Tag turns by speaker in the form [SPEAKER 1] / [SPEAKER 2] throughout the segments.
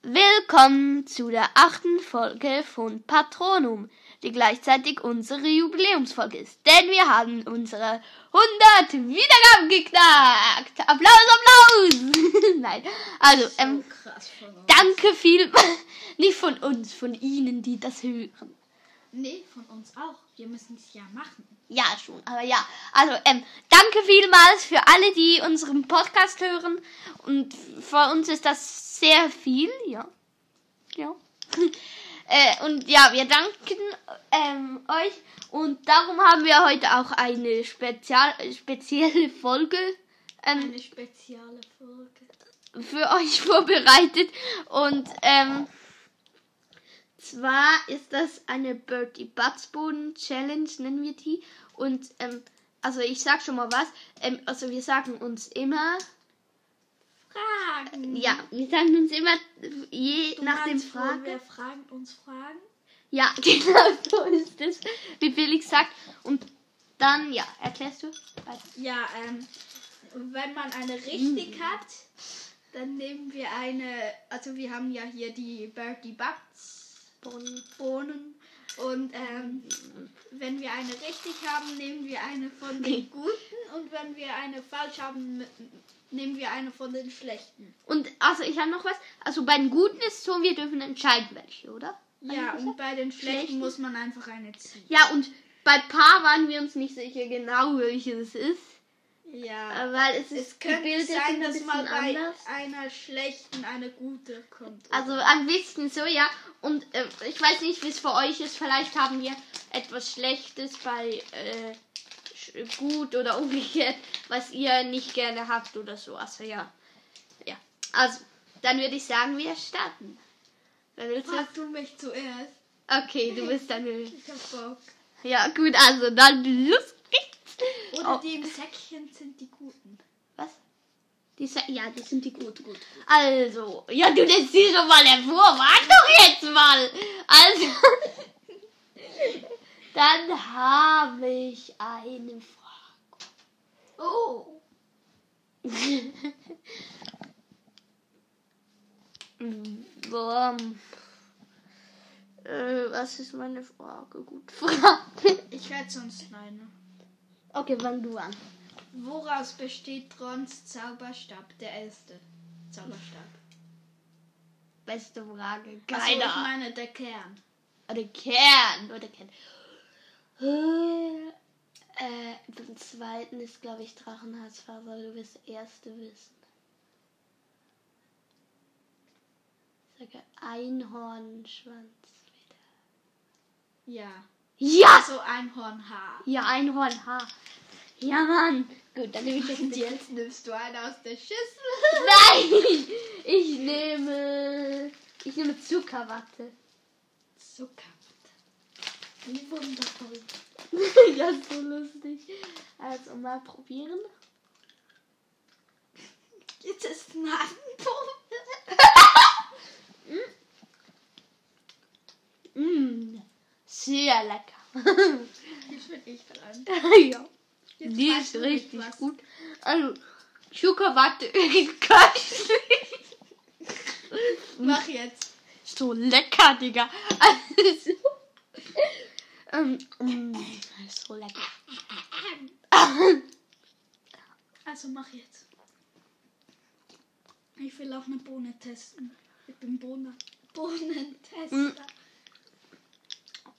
[SPEAKER 1] Willkommen zu der achten Folge von Patronum, die gleichzeitig unsere Jubiläumsfolge ist. Denn wir haben unsere 100 Wiedergaben geknackt. Applaus, Applaus! Nein, also, ähm,
[SPEAKER 2] Krass von uns.
[SPEAKER 1] danke viel. Nicht von uns, von Ihnen, die das hören.
[SPEAKER 2] Nee, von uns auch. Wir müssen es ja machen.
[SPEAKER 1] Ja, schon, aber ja. Also, ähm, danke vielmals für alle, die unseren Podcast hören. Und für uns ist das sehr viel, ja. Ja. äh, und ja, wir danken ähm, euch. Und darum haben wir heute auch eine Spezial äh, spezielle Folge ähm,
[SPEAKER 2] Eine spezielle Folge.
[SPEAKER 1] für euch vorbereitet. Und ähm, zwar ist das eine Birdie Butzboden Challenge, nennen wir die. Und ähm, also ich sag schon mal was. Ähm, also wir sagen uns immer,
[SPEAKER 2] Fragen.
[SPEAKER 1] ja, wir sagen uns immer je
[SPEAKER 2] Du
[SPEAKER 1] nach dem
[SPEAKER 2] meinst, wo
[SPEAKER 1] Frage.
[SPEAKER 2] Wir fragen uns Fragen.
[SPEAKER 1] Ja, genau so ist es, wie Felix sagt. Und dann, ja, erklärst du? Weiter.
[SPEAKER 2] Ja, ähm, wenn man eine richtig
[SPEAKER 1] Mhm.
[SPEAKER 2] hat, dann nehmen wir eine. Also, wir haben ja hier die Birdie Bugs
[SPEAKER 1] Boden.
[SPEAKER 2] Bohnen. Und ähm, wenn wir eine richtig haben, nehmen wir eine von den guten. Und wenn wir eine falsch haben, nehmen wir eine von den schlechten.
[SPEAKER 1] Und also ich habe noch was. Also bei den Guten ist es so, wir dürfen entscheiden, welche, oder?
[SPEAKER 2] Ja, und bei den
[SPEAKER 1] Schlechten?
[SPEAKER 2] schlechten muss man einfach eine ziehen.
[SPEAKER 1] Ja, und bei Paar waren wir uns nicht sicher genau, welches es ist.
[SPEAKER 2] Ja.
[SPEAKER 1] äh, Weil es,
[SPEAKER 2] Es
[SPEAKER 1] ist
[SPEAKER 2] könnte
[SPEAKER 1] gebildet
[SPEAKER 2] sein,
[SPEAKER 1] ein
[SPEAKER 2] dass
[SPEAKER 1] bisschen
[SPEAKER 2] mal bei
[SPEAKER 1] anders.
[SPEAKER 2] einer schlechten eine gute kommt.
[SPEAKER 1] Also ein bisschen so, ja. Und äh, ich weiß nicht, wie es für euch ist. Vielleicht haben wir etwas Schlechtes bei äh, sch- gut oder umgekehrt, was ihr nicht gerne habt oder so. Also ja. Ja. Also, dann würde ich sagen, wir starten. Wer willst du?
[SPEAKER 2] Fragst du mich zuerst?
[SPEAKER 1] Okay, du bist dann.
[SPEAKER 2] Ich hab Bock.
[SPEAKER 1] Ja, gut, also dann los geht's.
[SPEAKER 2] Oder
[SPEAKER 1] Oh.
[SPEAKER 2] die im Säckchen sind die guten.
[SPEAKER 1] Was? Die Sa ja, die sind die gut.
[SPEAKER 2] gut.
[SPEAKER 1] Also, ja, du lässt sie schon mal hervor. Warte doch jetzt mal. Also, dann habe ich eine Frage.
[SPEAKER 2] Oh.
[SPEAKER 1] Boah. Äh, was ist meine Frage? Gut, Frage.
[SPEAKER 2] Ich werde sonst meine.
[SPEAKER 1] Okay, fang du an.
[SPEAKER 2] Woraus besteht Trons Zauberstab, der erste Zauberstab?
[SPEAKER 1] Beste Frage.
[SPEAKER 2] Also ich
[SPEAKER 1] Keiner.
[SPEAKER 2] meine der Kern.
[SPEAKER 1] Oder Kern, oder Kern. Äh, beim zweiten ist, glaube ich, Drachenherzfaser. Du wirst das erste wissen. Ich sage Einhornschwanz.
[SPEAKER 2] Ja.
[SPEAKER 1] Ja!
[SPEAKER 2] Also Einhornhaar.
[SPEAKER 1] Ja, Einhornhaar. Ja, Mann. Gut, dann nehme ich das
[SPEAKER 2] Und
[SPEAKER 1] mit.
[SPEAKER 2] jetzt nimmst du einen aus der Schüssel.
[SPEAKER 1] Nein! Ich nehme. Ich nehme Zuckerwatte.
[SPEAKER 2] Zucker. Wie wundervoll.
[SPEAKER 1] das ist so lustig. Also mal probieren.
[SPEAKER 2] Jetzt ist ein Handpumpe.
[SPEAKER 1] Mm, sehr lecker.
[SPEAKER 2] Die finde ich dran.
[SPEAKER 1] ja,
[SPEAKER 2] Jetzt
[SPEAKER 1] die
[SPEAKER 2] weißt
[SPEAKER 1] ist
[SPEAKER 2] du nicht,
[SPEAKER 1] richtig
[SPEAKER 2] was-
[SPEAKER 1] gut. Also, Zuckerwatte ist köstlich.
[SPEAKER 2] Mach jetzt.
[SPEAKER 1] So lecker, Digga. Also, ähm, mm, so lecker.
[SPEAKER 2] Also mach jetzt. Ich will auch eine Bohne testen. Ich bin Bohne.
[SPEAKER 1] Hm.
[SPEAKER 2] Bohnentester.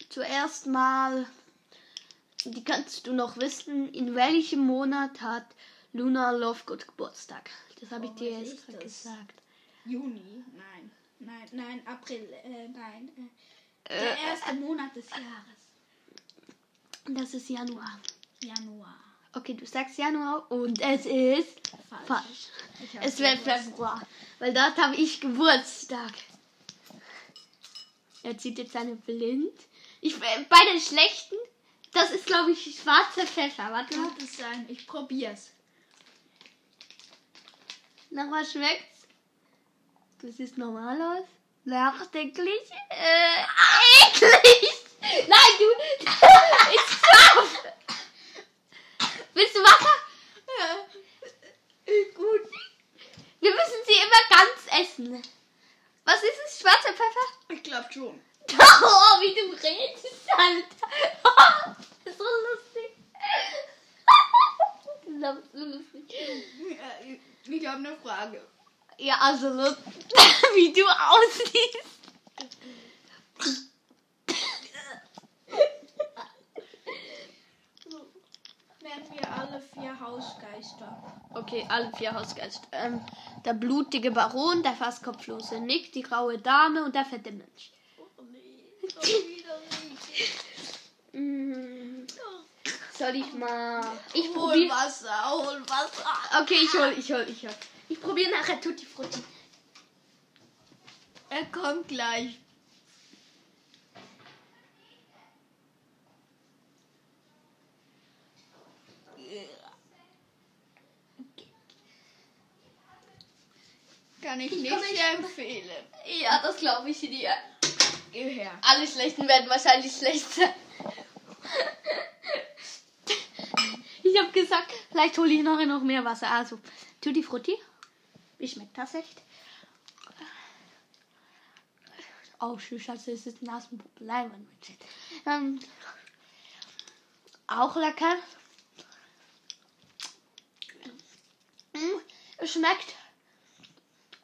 [SPEAKER 1] Zuerst mal, die kannst du noch wissen, in welchem Monat hat Luna Lovegood Geburtstag? Das habe ich
[SPEAKER 2] Oh,
[SPEAKER 1] dir
[SPEAKER 2] weiß
[SPEAKER 1] jetzt
[SPEAKER 2] ich
[SPEAKER 1] gerade
[SPEAKER 2] das?
[SPEAKER 1] gesagt.
[SPEAKER 2] Juni? Nein. Nein, nein, April. Äh, nein. Äh,
[SPEAKER 1] Äh,
[SPEAKER 2] der erste Monat des Jahres.
[SPEAKER 1] das ist Januar.
[SPEAKER 2] Januar.
[SPEAKER 1] Okay, du sagst Januar und es ist
[SPEAKER 2] Falsch.
[SPEAKER 1] falsch.
[SPEAKER 2] Ich hab
[SPEAKER 1] Es wäre
[SPEAKER 2] gewusst.
[SPEAKER 1] Februar, weil dort habe ich Geburtstag. Er zieht jetzt seine blind. Ich, äh, bei den schlechten, das ist glaube ich schwarzer Pfeffer. Warte mal,
[SPEAKER 2] Kann es sein? Ich probier's.
[SPEAKER 1] nochmal schmeckt's. Das sieht normal aus. Nachdenklich. Äh, eklig. Nein, du. Ich scharf. Willst du Wasser?
[SPEAKER 2] Äh, gut.
[SPEAKER 1] Wir müssen sie immer ganz essen. Was ist es? Schwarzer Pfeffer?
[SPEAKER 2] Ich glaube schon.
[SPEAKER 1] Oh, wie du redest, Alter. Das ist so lustig. Das ist so lustig.
[SPEAKER 2] Äh, Ich habe eine Frage.
[SPEAKER 1] Ja, also so, wie du aussiehst.
[SPEAKER 2] Wären wir alle vier Hausgeister?
[SPEAKER 1] Okay, alle vier Hausgeister. Ähm, der blutige Baron, der fast kopflose Nick, die graue Dame und der fette Mensch.
[SPEAKER 2] Oh nee, schon wieder nicht.
[SPEAKER 1] Mm, soll ich mal... Ich
[SPEAKER 2] Hol
[SPEAKER 1] probiere...
[SPEAKER 2] Wasser, hol Wasser.
[SPEAKER 1] Okay, ich hol, ich hol, ich hol. Ich probiere nachher Tutti Frutti.
[SPEAKER 2] Er kommt gleich. Kann ich nicht
[SPEAKER 1] komm nicht.
[SPEAKER 2] sehr empfehlen.
[SPEAKER 1] Ja, das glaube ich dir.
[SPEAKER 2] Geh her.
[SPEAKER 1] Alle Schlechten werden wahrscheinlich schlechter. Ich habe gesagt, vielleicht hole ich nachher noch mehr Wasser. Also, Tutti Frutti. Wie schmeckt das echt? Oh, schön, Schatz, es ist Nasenpuppe. Leinwand mit Shit. Ähm, auch lecker. Mm, es schmeckt.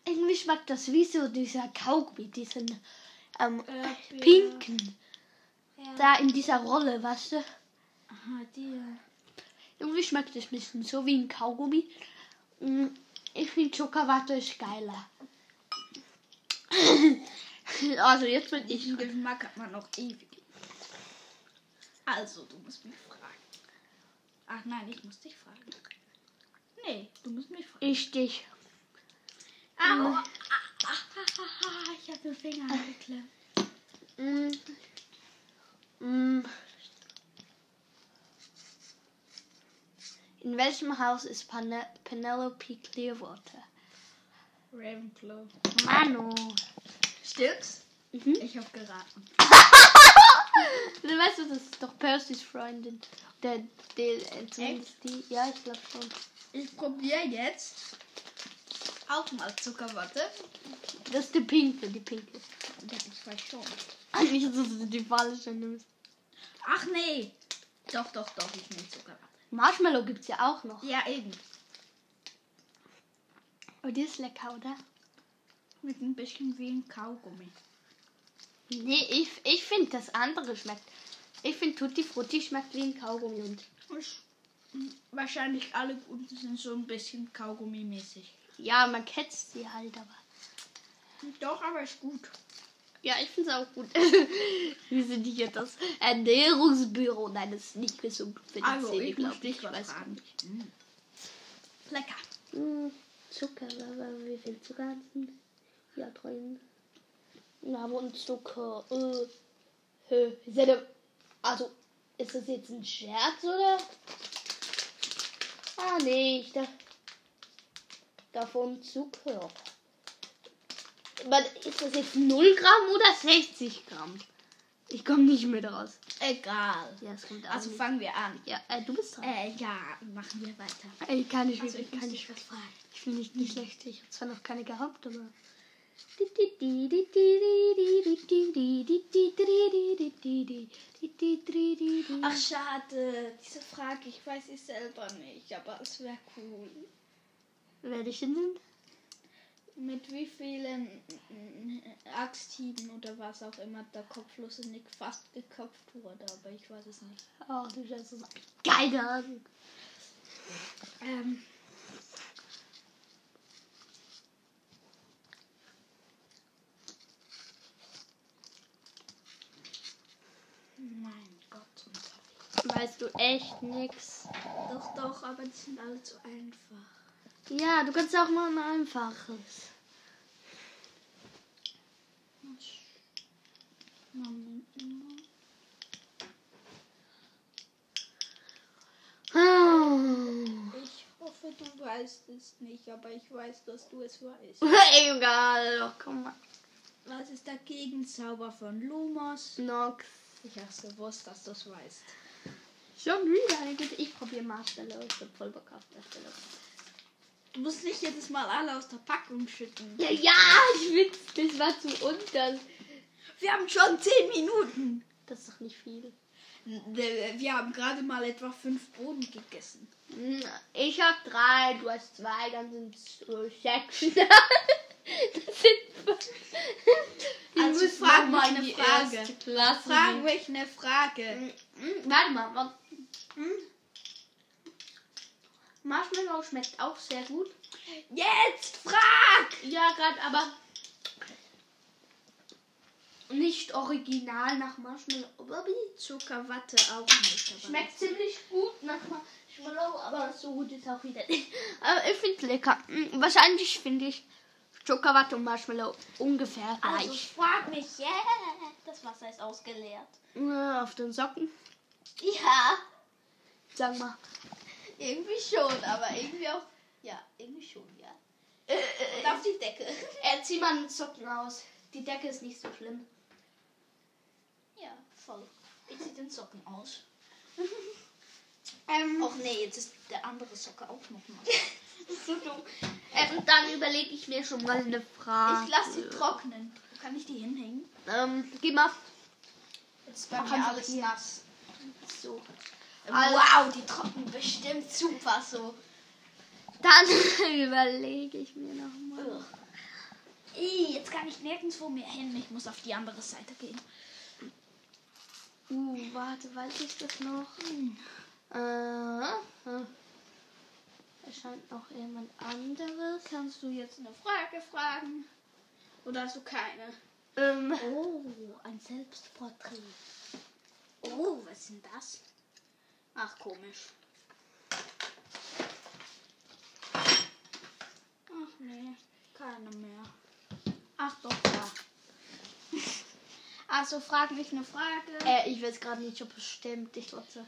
[SPEAKER 1] Irgendwie schmeckt das wie so dieser Kaugummi, diesen ähm,
[SPEAKER 2] Erdbeer.
[SPEAKER 1] pinken. Da in dieser Rolle, weißt du?
[SPEAKER 2] Aha, dir.
[SPEAKER 1] Irgendwie schmeckt es ein bisschen so wie ein Kaugummi. Mm, Ich finde Zuckerwatte ist geiler. Also jetzt bin ich.
[SPEAKER 2] Diesen Geschmack hat man noch ewig. Also, du musst mich fragen. Ach nein, ich muss dich fragen. Nee, du musst mich fragen.
[SPEAKER 1] Ich dich.
[SPEAKER 2] Au! Ah, ah, ah, ah, ich habe den Finger angeklemmt.
[SPEAKER 1] Mm. Mm. In welchem Haus ist Pane Penelope Clearwater?
[SPEAKER 2] Ravenclaw.
[SPEAKER 1] Manu.
[SPEAKER 2] Stimmt's?
[SPEAKER 1] Mhm.
[SPEAKER 2] Ich habe geraten.
[SPEAKER 1] Du weißt, du, das ist doch Percys Freundin. Der, der, äh, zumindest die. Ja, ich glaube schon.
[SPEAKER 2] Ich probiere jetzt auch mal Zuckerwatte.
[SPEAKER 1] Das ist die Pinke, die Pinke.
[SPEAKER 2] Ja, ich weiß schon.
[SPEAKER 1] Eigentlich ist das die falsche Nuss.
[SPEAKER 2] Ach nee. Doch, doch, doch, ich nehme Zuckerwatte.
[SPEAKER 1] Marshmallow gibt's ja auch noch.
[SPEAKER 2] Ja, eben.
[SPEAKER 1] Aber die ist lecker, oder?
[SPEAKER 2] Mit ein bisschen wie ein Kaugummi.
[SPEAKER 1] Nee, ich, ich finde das andere schmeckt. Ich finde Tutti Frutti schmeckt wie ein Kaugummi. Und
[SPEAKER 2] Ich- Wahrscheinlich alle guten sind so ein bisschen Kaugummi-mäßig.
[SPEAKER 1] ja, man kennt sie halt, aber.
[SPEAKER 2] Doch, aber ist gut.
[SPEAKER 1] Ja, ich finde es auch gut. Wir sind hier das Ernährungsbüro. Nein, das ist nicht gesund für die
[SPEAKER 2] Also,
[SPEAKER 1] Zähne,
[SPEAKER 2] ich
[SPEAKER 1] glaub
[SPEAKER 2] muss dich was
[SPEAKER 1] weiß
[SPEAKER 2] fragen. Mm. Lecker.
[SPEAKER 1] Mm, Zucker, aber wie viel Zucker hat denn? Ja, drin. Name und Zucker. Äh, hö, ist ja der- also, ist das jetzt ein Scherz, oder? Ah, nee, ich dachte. Davon Zucker. Aber ist das jetzt 0 Gramm oder 60 Gramm? Ich komme nicht mehr draus.
[SPEAKER 2] Egal.
[SPEAKER 1] Ja, es kommt auch
[SPEAKER 2] Also
[SPEAKER 1] nicht.
[SPEAKER 2] fangen wir an.
[SPEAKER 1] Ja, äh, du bist dran.
[SPEAKER 2] Äh, ja, machen wir weiter.
[SPEAKER 1] Ey, kann ich
[SPEAKER 2] Also
[SPEAKER 1] wirklich,
[SPEAKER 2] ich
[SPEAKER 1] kann
[SPEAKER 2] muss
[SPEAKER 1] ich
[SPEAKER 2] dich was fragen.
[SPEAKER 1] Ich finde nicht, nicht schlecht. Ich habe zwar noch keine gehabt, aber. Ach,
[SPEAKER 2] Ach schade, diese Frage, ich weiß sie selber nicht, aber es wäre cool.
[SPEAKER 1] werde ich denn?
[SPEAKER 2] Mit wie vielen äh, Axthieben oder was auch immer der kopflose Nick fast geköpft wurde, aber ich weiß es nicht.
[SPEAKER 1] Ach, du Scheiße. das ist- Keine Ahnung.
[SPEAKER 2] Ähm. Mein Gott, unterwegs.
[SPEAKER 1] Weißt du echt nix?
[SPEAKER 2] Doch, doch, aber die sind alle zu einfach.
[SPEAKER 1] Ja, du kannst auch mal ein einfaches.
[SPEAKER 2] Moment mal.
[SPEAKER 1] Ah.
[SPEAKER 2] Ich hoffe, du weißt es nicht, aber ich weiß, dass du es weißt.
[SPEAKER 1] Egal, doch, komm mal.
[SPEAKER 2] Was ist der Gegenzauber von Lumos?
[SPEAKER 1] Nox.
[SPEAKER 2] Ich hab's gewusst, dass du es weißt.
[SPEAKER 1] Schon wieder. Ich probiere Marshmallow. Ich bin voll bekannt. Marshmallow.
[SPEAKER 2] Du musst nicht jedes Mal alle aus der Packung schütten.
[SPEAKER 1] Ja, ja, ich will. Das war zu unter.
[SPEAKER 2] Wir haben schon 10 Minuten.
[SPEAKER 1] Das ist doch nicht viel.
[SPEAKER 2] Wir haben gerade mal etwa fünf Boden gegessen.
[SPEAKER 1] Hm, Ich hab drei, du hast zwei, dann sind es äh, sechs. das sind
[SPEAKER 2] Ich
[SPEAKER 1] also
[SPEAKER 2] muss
[SPEAKER 1] frag
[SPEAKER 2] noch
[SPEAKER 1] mal
[SPEAKER 2] eine
[SPEAKER 1] die
[SPEAKER 2] Frage.
[SPEAKER 1] erste Klasse.
[SPEAKER 3] Mhm.
[SPEAKER 2] Frag mich eine Frage.
[SPEAKER 1] Hm, hm, Warte mal. wa- hm. Marshmallow schmeckt auch sehr gut.
[SPEAKER 2] Jetzt frag!
[SPEAKER 1] Ja, gerade aber nicht original nach Marshmallow. Bobby.
[SPEAKER 2] Zuckerwatte auch nicht.
[SPEAKER 1] Schmeckt ziemlich gut nach Marshmallow, aber so gut ist auch wieder nicht. Aber ich finde es lecker. Hm, Wahrscheinlich finde ich Zuckerwatte und Marshmallow ungefähr
[SPEAKER 3] Also
[SPEAKER 1] gleich.
[SPEAKER 3] frag mich, yeah. Das Wasser ist ausgeleert.
[SPEAKER 1] Äh, Auf den Socken,
[SPEAKER 3] Ja,
[SPEAKER 1] sag mal.
[SPEAKER 3] irgendwie schon, aber irgendwie auch. Ja, irgendwie schon, ja. Äh, Und auf die Decke.
[SPEAKER 1] Äh, zieh mal einen Socken raus. Die Decke ist nicht so schlimm.
[SPEAKER 3] Ja, voll. Ich zieh den Socken aus.
[SPEAKER 1] Ähm,
[SPEAKER 3] Och nee, jetzt ist der andere Socke auch noch mal.
[SPEAKER 1] so dumm. Ähm, dann überlege ich mir schon mal eine Frage.
[SPEAKER 3] Ich lass die trocknen. Wo kann ich die hinhängen?
[SPEAKER 1] Ähm, geh mal.
[SPEAKER 3] Jetzt ist bei
[SPEAKER 1] mir
[SPEAKER 3] mir
[SPEAKER 1] alles
[SPEAKER 3] alles nass.
[SPEAKER 1] So.
[SPEAKER 3] Äh, Wow, die trocknen bestimmt super so.
[SPEAKER 1] Dann überlege ich mir nochmal.
[SPEAKER 3] Ih, jetzt kann ich nirgendwo mehr hin. Ich muss auf die andere Seite gehen.
[SPEAKER 1] Uh, warte, weiß ich das noch? Äh, äh. Erscheint noch jemand anderes?
[SPEAKER 2] Kannst du jetzt eine Frage fragen? Oder hast du keine?
[SPEAKER 1] Ähm,
[SPEAKER 3] Oh, ein Selbstporträt. Oh, was sind das?
[SPEAKER 2] Ach, komisch. Ach nee, keine mehr. Ach doch, ja. Also frag mich eine Frage.
[SPEAKER 1] äh, ich weiß gerade nicht, so bestimmt. Ich glaube so.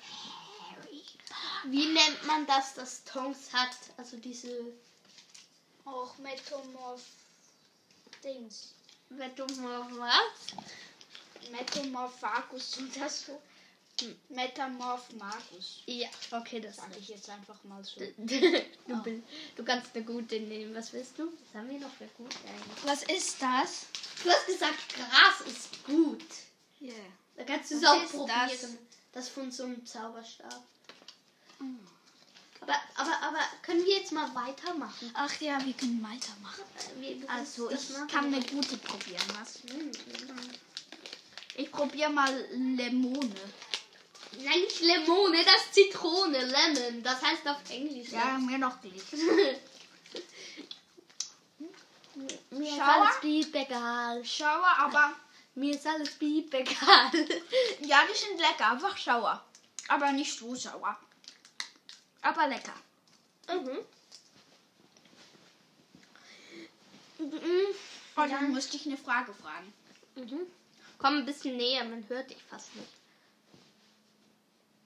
[SPEAKER 1] Wie nennt man das, das Tongs hat? Also diese
[SPEAKER 3] Auch Metamorph. Dings.
[SPEAKER 1] was?
[SPEAKER 3] Metamorphagus und das so. Metamorph Magus.
[SPEAKER 1] Hm. Ja, okay, das
[SPEAKER 3] Sag ich jetzt einfach mal so.
[SPEAKER 1] du, bist- du kannst eine gute nehmen. Was willst du? Oh. Was haben wir noch für gut eigentlich?
[SPEAKER 2] Was ist das?
[SPEAKER 1] Du hast gesagt, Gras ist gut.
[SPEAKER 2] Yeah.
[SPEAKER 1] Da kannst du es
[SPEAKER 2] Was
[SPEAKER 1] auch
[SPEAKER 2] ist
[SPEAKER 1] probieren. Das?
[SPEAKER 2] das?
[SPEAKER 1] von so einem Zauberstab. Oh. Aber, aber, aber können wir jetzt mal weitermachen?
[SPEAKER 2] Ach ja, wir können weitermachen.
[SPEAKER 1] Äh, Wir,
[SPEAKER 2] Also
[SPEAKER 1] das
[SPEAKER 2] ich
[SPEAKER 1] machen
[SPEAKER 2] kann
[SPEAKER 1] wir.
[SPEAKER 2] eine gute probieren, was?
[SPEAKER 1] Hm.
[SPEAKER 2] Ich probiere mal Lemone.
[SPEAKER 1] Nein, nicht Limone, das ist Zitrone, Lemon. Das heißt auf Englisch.
[SPEAKER 2] Ja, mir noch nicht.
[SPEAKER 1] Mir ist
[SPEAKER 2] Schauer?
[SPEAKER 1] alles piep egal.
[SPEAKER 2] Schauer, aber
[SPEAKER 1] Mir ist alles piep egal.
[SPEAKER 2] ja, die sind lecker, einfach sauer. Aber nicht so sauer. Aber lecker.
[SPEAKER 1] mhm. Mhm.
[SPEAKER 2] Und dann musste ich eine Frage fragen.
[SPEAKER 1] Mhm. Komm ein bisschen näher, man hört dich fast nicht.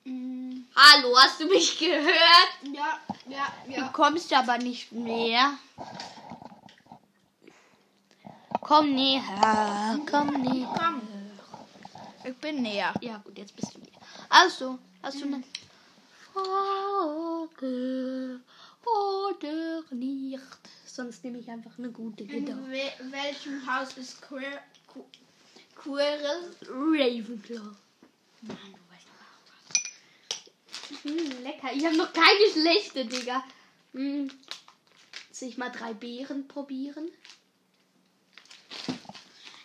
[SPEAKER 2] Mhm.
[SPEAKER 1] Hallo, hast du mich gehört?
[SPEAKER 2] Ja, ja, ja.
[SPEAKER 1] kommst aber nicht näher. Komm näher, komm näher.
[SPEAKER 2] Komm. Ich bin näher.
[SPEAKER 1] Ja gut, jetzt bist du näher. Also, hast du eine Frage oder nicht? Sonst nehme ich einfach eine gute
[SPEAKER 2] In
[SPEAKER 1] Gitarre.
[SPEAKER 2] we welchem Haus ist Quir Qu- Quirrell?
[SPEAKER 1] Ravenclaw. Hm, lecker. Ich habe noch keine schlechte, Digga. Hm. Soll ich mal drei Beeren probieren?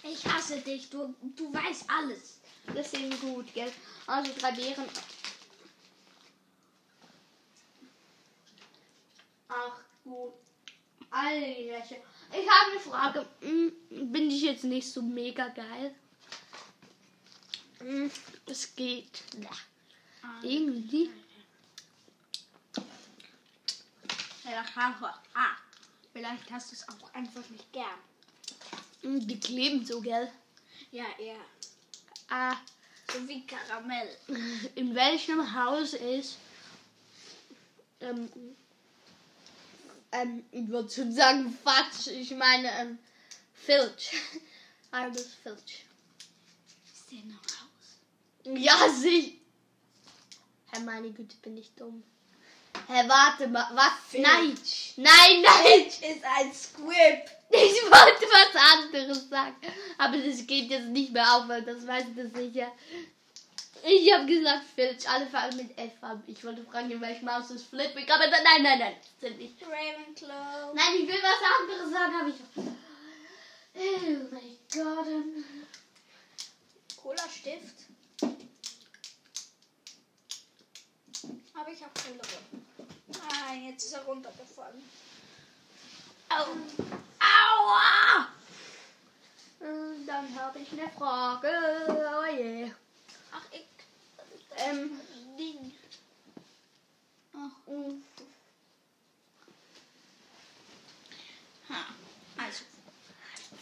[SPEAKER 3] Ich hasse dich, du, du weißt alles.
[SPEAKER 1] Das ist eben gut, gell? Also drei Beeren. Ach gut. Alter. Ich habe eine Frage. Hm, bin ich jetzt nicht so mega geil? Hm, es geht. Ja. Irgendwie.
[SPEAKER 2] Ja, haha. Ah, vielleicht hast du es auch einfach nicht gern.
[SPEAKER 1] Hm, Die kleben so, gell?
[SPEAKER 2] Ja, ja.
[SPEAKER 1] Ah,
[SPEAKER 2] So wie Karamell.
[SPEAKER 1] in welchem Haus ist. Ähm, ähm, ich würde schon sagen, Fatsch. Ich meine, ähm, Filch. Albus Filch.
[SPEAKER 2] Ist der noch Haus?
[SPEAKER 1] Ja, sie. Herr, meine Güte, bin ich dumm. Hä, warte mal. Was? Nein.
[SPEAKER 3] Bitch.
[SPEAKER 1] Nein, nein.
[SPEAKER 3] Bitch ist ein Squib.
[SPEAKER 1] Ich wollte was anderes sagen. Aber das geht jetzt nicht mehr auf, weil das weiß ich sicher. Ich habe gesagt Filch. Alle fangen mit F an. Ich wollte fragen, in welchem Haus ist Flitwick. Aber dann- nein, nein, nein. Das sind nicht.
[SPEAKER 3] Ravenclaw.
[SPEAKER 1] Nein, ich will was anderes sagen, aber ich. Oh mein Gott.
[SPEAKER 2] Cola Stift. Aber ich habe verloren. Nein, jetzt ist er runtergefallen.
[SPEAKER 1] Au. Aua! Und Hm, Dann habe ich eine Frage. Oh je.
[SPEAKER 2] Ach, ich.
[SPEAKER 1] Ähm, Ding.
[SPEAKER 2] Ach,
[SPEAKER 1] Mm.
[SPEAKER 2] ha. Also.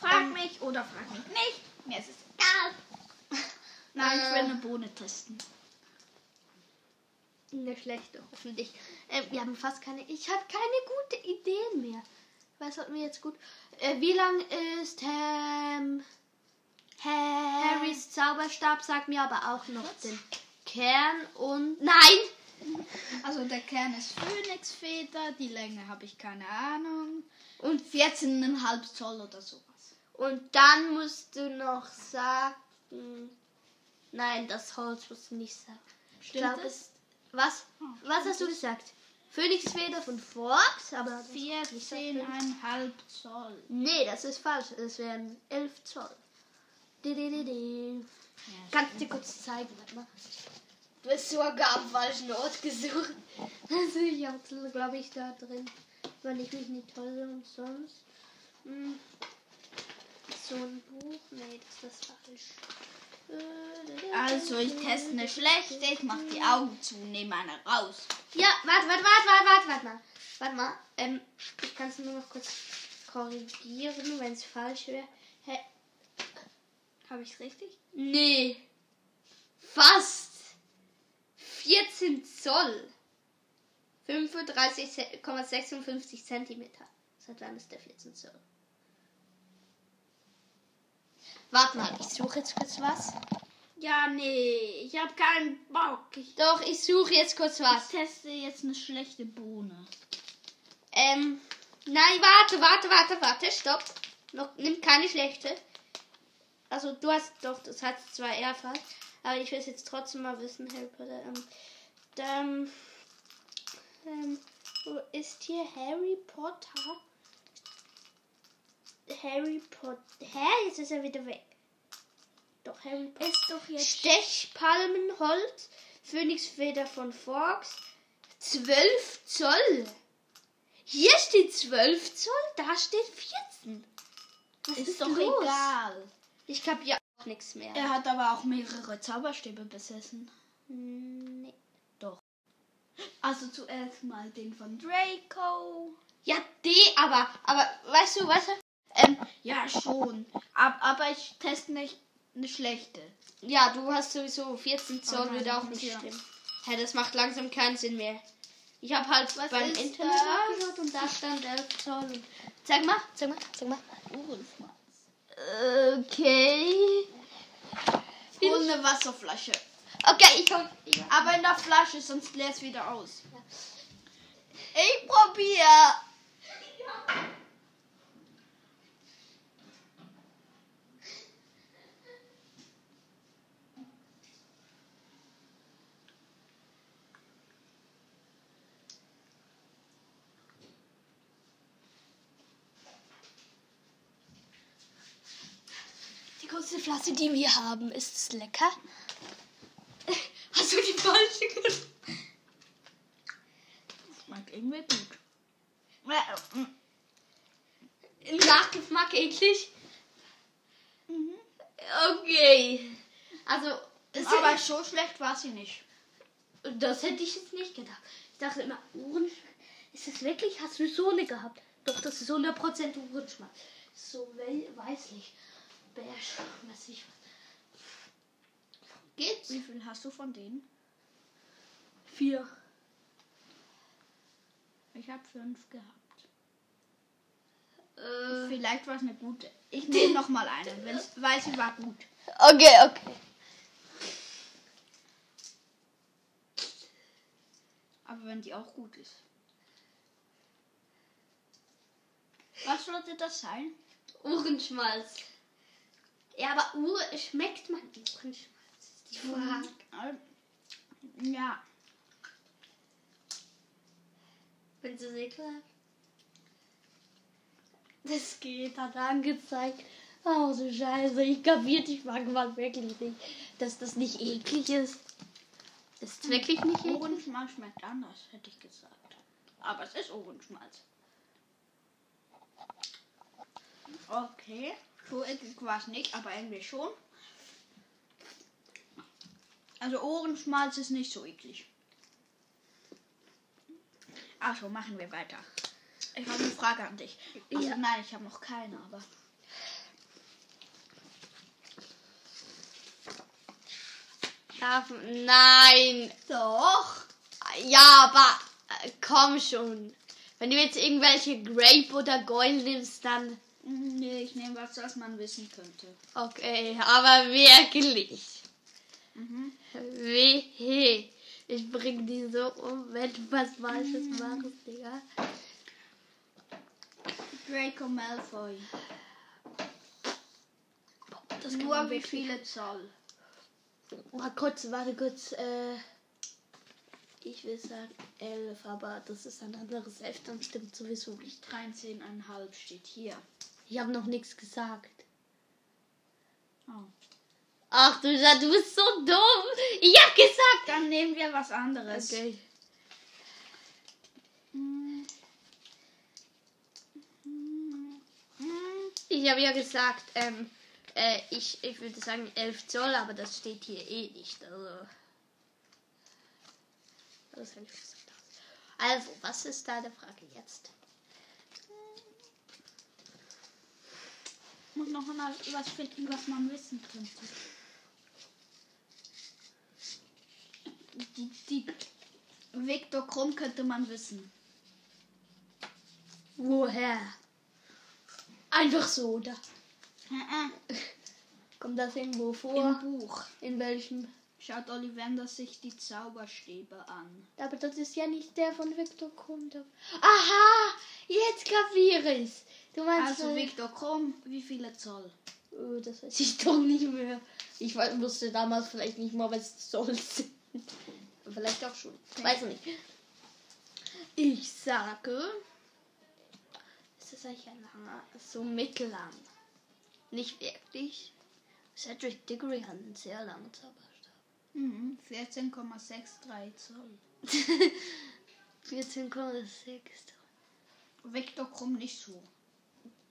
[SPEAKER 2] Frag mich oder frag mich nicht. Mir ist es egal. Nein,
[SPEAKER 1] Äh.
[SPEAKER 2] ich will eine Bohne testen.
[SPEAKER 1] Eine schlechte, hoffentlich. Ähm, wir haben fast keine. Ich habe keine gute Ideen mehr. Was hat mir jetzt gut? Äh, wie lang ist ähm, Ha- Harrys Zauberstab? Sag mir aber auch noch den Kern und. Nein!
[SPEAKER 2] Also der Kern ist Phönixfeder, die Länge habe ich keine Ahnung. Und 14,5 Zoll oder sowas.
[SPEAKER 1] Und dann musst du noch sagen. Nein, das Holz musst du nicht sagen. Ich
[SPEAKER 2] Stimmt
[SPEAKER 1] glaub,
[SPEAKER 2] das?
[SPEAKER 1] es- Was? Was hast du gesagt? Phönixfeder von Forks, aber.
[SPEAKER 2] 14,5 Zoll.
[SPEAKER 1] Nee, das ist falsch. Es wären 11 Zoll. Didididi. Kannst du dir kurz zeigen, warte mal. Du hast sogar am falschen Ort gesucht. Also ich hab's, glaube ich, da drin. Wenn ich mich nicht täusche und sonst. Hm. So ein Buch. Nee, das ist falsch. Äh,
[SPEAKER 2] Also ich teste eine schlechte, ich mache die Augen zu, nehme eine raus.
[SPEAKER 1] Ja, warte, warte, warte, warte, warte, warte mal. Warte mal. Ähm, ich kann es nur noch kurz korrigieren, wenn es falsch wäre. Hä?
[SPEAKER 2] Habe ich es richtig?
[SPEAKER 1] Nee. Fast. 14 Zoll. 35,56 Zentimeter. Seit wann ist der 14 Zoll? Warte mal, ich suche jetzt kurz was.
[SPEAKER 2] Ja, nee, ich habe keinen Bock. Ich
[SPEAKER 1] Doch, ich suche jetzt kurz was.
[SPEAKER 2] teste jetzt eine schlechte Bohne.
[SPEAKER 1] Ähm, nein, warte, warte, warte, warte, stopp. Noch, nimm keine schlechte. Also du hast doch, das hat zwar erfasst, aber ich will es jetzt trotzdem mal wissen, Harry Potter. Ähm, dann, ähm, wo ist hier Harry Potter? Harry Potter. Hä? Jetzt ist er wieder weg. Doch, Harry Potter.
[SPEAKER 2] Ist doch
[SPEAKER 1] Stechpalmenholz, Phönixfeder von Forks, 12 Zoll. Hier steht 12 Zoll, da steht 14. Was ist,
[SPEAKER 2] Ist doch
[SPEAKER 1] doch los?
[SPEAKER 2] egal.
[SPEAKER 1] Ich hab ja auch nichts mehr.
[SPEAKER 2] Er hat aber auch mehrere Zauberstäbe besessen.
[SPEAKER 1] Hm, Nee.
[SPEAKER 2] Also zuerst mal den von Draco.
[SPEAKER 1] Ja, D, aber, aber, weißt du, weißt du, ähm,
[SPEAKER 2] Ja, schon. Ab, aber ich teste nicht eine schlechte.
[SPEAKER 1] ja, du hast sowieso 14 Zoll,
[SPEAKER 2] nein,
[SPEAKER 1] würde auch
[SPEAKER 2] das
[SPEAKER 1] Oh nicht
[SPEAKER 2] ist ja-
[SPEAKER 1] stimmen. Hä, das macht langsam keinen Sinn mehr. Ich hab halt
[SPEAKER 2] Was
[SPEAKER 1] beim
[SPEAKER 2] ist
[SPEAKER 1] Internet
[SPEAKER 2] das?
[SPEAKER 1] nachgeschaut und da stand 11 Zoll. und- Zeig mal, zeig mal, zeig mal. Okay.
[SPEAKER 2] Ohne Wasserflasche.
[SPEAKER 1] Okay, ich komm.
[SPEAKER 2] Aber in der Flasche, sonst leer es wieder aus.
[SPEAKER 1] Ich probier. Die größte Flasche, die wir haben, ist es lecker? Hast du die falsche genommen?
[SPEAKER 2] Schmeckt irgendwie gut. mm.
[SPEAKER 1] Im Nachgeschmack eklig. Okay. Mhm. Also, das,
[SPEAKER 2] Aber so schlecht war sie nicht.
[SPEAKER 1] das hätte ich jetzt nicht gedacht. Ich dachte immer, Uhren. Ist das wirklich? Hast du so eine gehabt? Doch, das ist 100% Uhrenschmack. So wel- weißlich. Bärsch, weiß ich was. Geht's?
[SPEAKER 2] Wie viel hast du von denen?
[SPEAKER 1] Vier.
[SPEAKER 2] Ich habe fünf gehabt.
[SPEAKER 1] Äh,
[SPEAKER 2] Vielleicht war es eine gute. Ich nehme noch mal eine, weil ich weiß, sie war gut.
[SPEAKER 1] Okay, okay.
[SPEAKER 2] Aber wenn die auch gut ist.
[SPEAKER 1] Was sollte das sein? Ohrenschmalz. Ja, aber Uhr schmeckt man Ohrenschmalz. ist Die Frage.
[SPEAKER 2] Ähm, Ja.
[SPEAKER 1] Wenn sie ekelhaft. Das geht, hat er angezeigt. Oh, so scheiße. Ich kapiert ich irgendwann wirklich nicht, dass das nicht eklig ist. Das ist wirklich nicht eklig.
[SPEAKER 2] Ohrenschmalz schmeckt anders, hätte ich gesagt. Aber es ist Ohrenschmalz. Okay. So eklig war es nicht, aber irgendwie schon. Also Ohrenschmalz ist nicht so eklig. Also machen wir weiter. Ich habe eine Frage an dich. Also,
[SPEAKER 1] Ja.
[SPEAKER 2] Nein, ich habe noch keine, aber.
[SPEAKER 1] Darf, nein.
[SPEAKER 2] Doch.
[SPEAKER 1] Ja, aber äh, komm schon. Wenn du jetzt irgendwelche Grape oder Goil nimmst, dann.
[SPEAKER 2] Mm, Nee, ich nehme was, was man wissen könnte.
[SPEAKER 1] Okay, aber wirklich.
[SPEAKER 2] Mhm.
[SPEAKER 1] Wehe. Ich bring die so um, wenn du was Falsches
[SPEAKER 2] Mhm.
[SPEAKER 1] machst, Digga.
[SPEAKER 2] Draco Malfoy.
[SPEAKER 1] Das kann
[SPEAKER 2] Nur
[SPEAKER 1] man
[SPEAKER 2] wie
[SPEAKER 1] wirklich-
[SPEAKER 2] viele Zoll?
[SPEAKER 1] Mal Oh, kurz, warte kurz. Äh, ich will sagen 11, aber das ist ein anderes 11, dann stimmt sowieso nicht.
[SPEAKER 2] 13,5 steht hier.
[SPEAKER 1] Ich habe noch nichts gesagt.
[SPEAKER 2] Oh.
[SPEAKER 1] Ach du, Sa- du bist so dumm. Ich hab gesagt.
[SPEAKER 2] Dann nehmen wir was anderes.
[SPEAKER 1] Okay. Ich habe ja gesagt, ähm, äh, ich, ich würde sagen 11 Zoll, aber das steht hier eh nicht. Also. Das hab ich gesagt. Also, was ist deine Frage jetzt?
[SPEAKER 2] Ich muss noch mal was finden, was man wissen könnte. Die, die Viktor Krumm könnte man wissen.
[SPEAKER 1] Woher? Einfach so, oder?
[SPEAKER 2] Äh, äh,
[SPEAKER 1] Kommt das irgendwo
[SPEAKER 2] Im
[SPEAKER 1] vor?
[SPEAKER 2] Buch
[SPEAKER 1] In welchem?
[SPEAKER 2] schaut Ollivander sich die Zauberstäbe an.
[SPEAKER 1] Aber das ist ja nicht der von Viktor Krummdorf. Aha! Jetzt kapiere ich's. Du meinst.
[SPEAKER 2] Also
[SPEAKER 1] äh,
[SPEAKER 2] Viktor Krumm, wie viele Zoll?
[SPEAKER 1] Oh, das weiß ich doch nicht mehr. Ich we- wusste damals vielleicht nicht mal, was soll sind. Vielleicht auch schon. Weiß nicht. Ich sage. Es ist eigentlich ein langer, so mittellang. Nicht wirklich. Cedric Diggory hat einen sehr langen Zauberstab.
[SPEAKER 2] Mhm, 14,63 Zoll.
[SPEAKER 1] 14,6.
[SPEAKER 2] Viktor Krumm nicht so.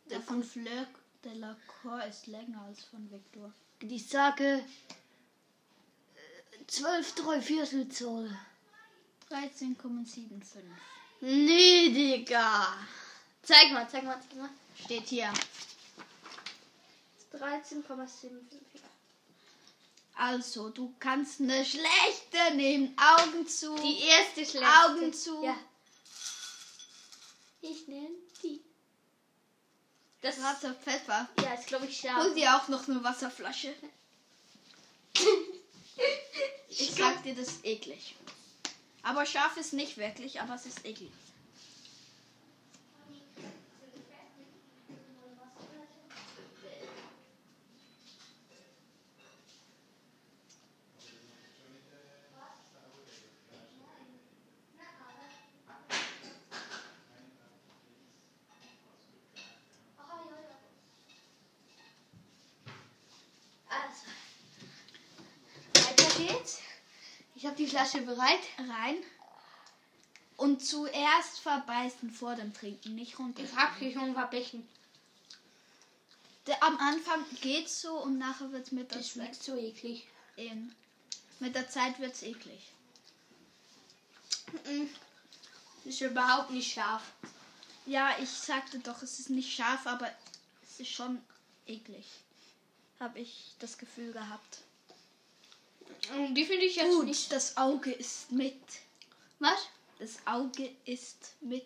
[SPEAKER 2] Der von Fleur Delacour ist länger als von Viktor.
[SPEAKER 1] Ich sage. äh, 12, 3 Viertel Zoll.
[SPEAKER 2] 13,75.
[SPEAKER 1] Nee, Digga. Zeig mal, zeig mal, zeig mal.
[SPEAKER 2] Steht hier.
[SPEAKER 1] 13,75.
[SPEAKER 2] Also, du kannst eine schlechte nehmen. Augen zu.
[SPEAKER 1] Die erste schlechte.
[SPEAKER 2] Augen zu.
[SPEAKER 1] Ja. Ich nehme die. Das hat.
[SPEAKER 2] Schwarzer Pfeffer.
[SPEAKER 1] Ja, ist glaube ich
[SPEAKER 2] Hol
[SPEAKER 1] scharf.
[SPEAKER 2] dir auch noch eine Wasserflasche. Ich sag dir, das ist eklig. Aber scharf ist nicht wirklich, aber es ist eklig.
[SPEAKER 1] Also. Weiter geht's. Ich habe die Flasche bereit.
[SPEAKER 2] Rein. Und zuerst verbeißen vor dem Trinken, nicht runter.
[SPEAKER 1] hab sie schon verbechen.
[SPEAKER 2] Der- Am Anfang geht's so und nachher wird's mit der
[SPEAKER 1] Das
[SPEAKER 2] Zeit
[SPEAKER 1] schmeckt so eklig.
[SPEAKER 2] eben. Mit der Zeit wird's eklig.
[SPEAKER 1] Ist überhaupt nicht scharf.
[SPEAKER 2] Ja, ich sagte doch, es ist nicht scharf, aber es ist schon eklig. Habe ich das Gefühl gehabt.
[SPEAKER 1] Mm, Die finde ich jetzt nicht.
[SPEAKER 2] Gut, das Auge ist mit.
[SPEAKER 1] Was?
[SPEAKER 2] Das Auge ist mit.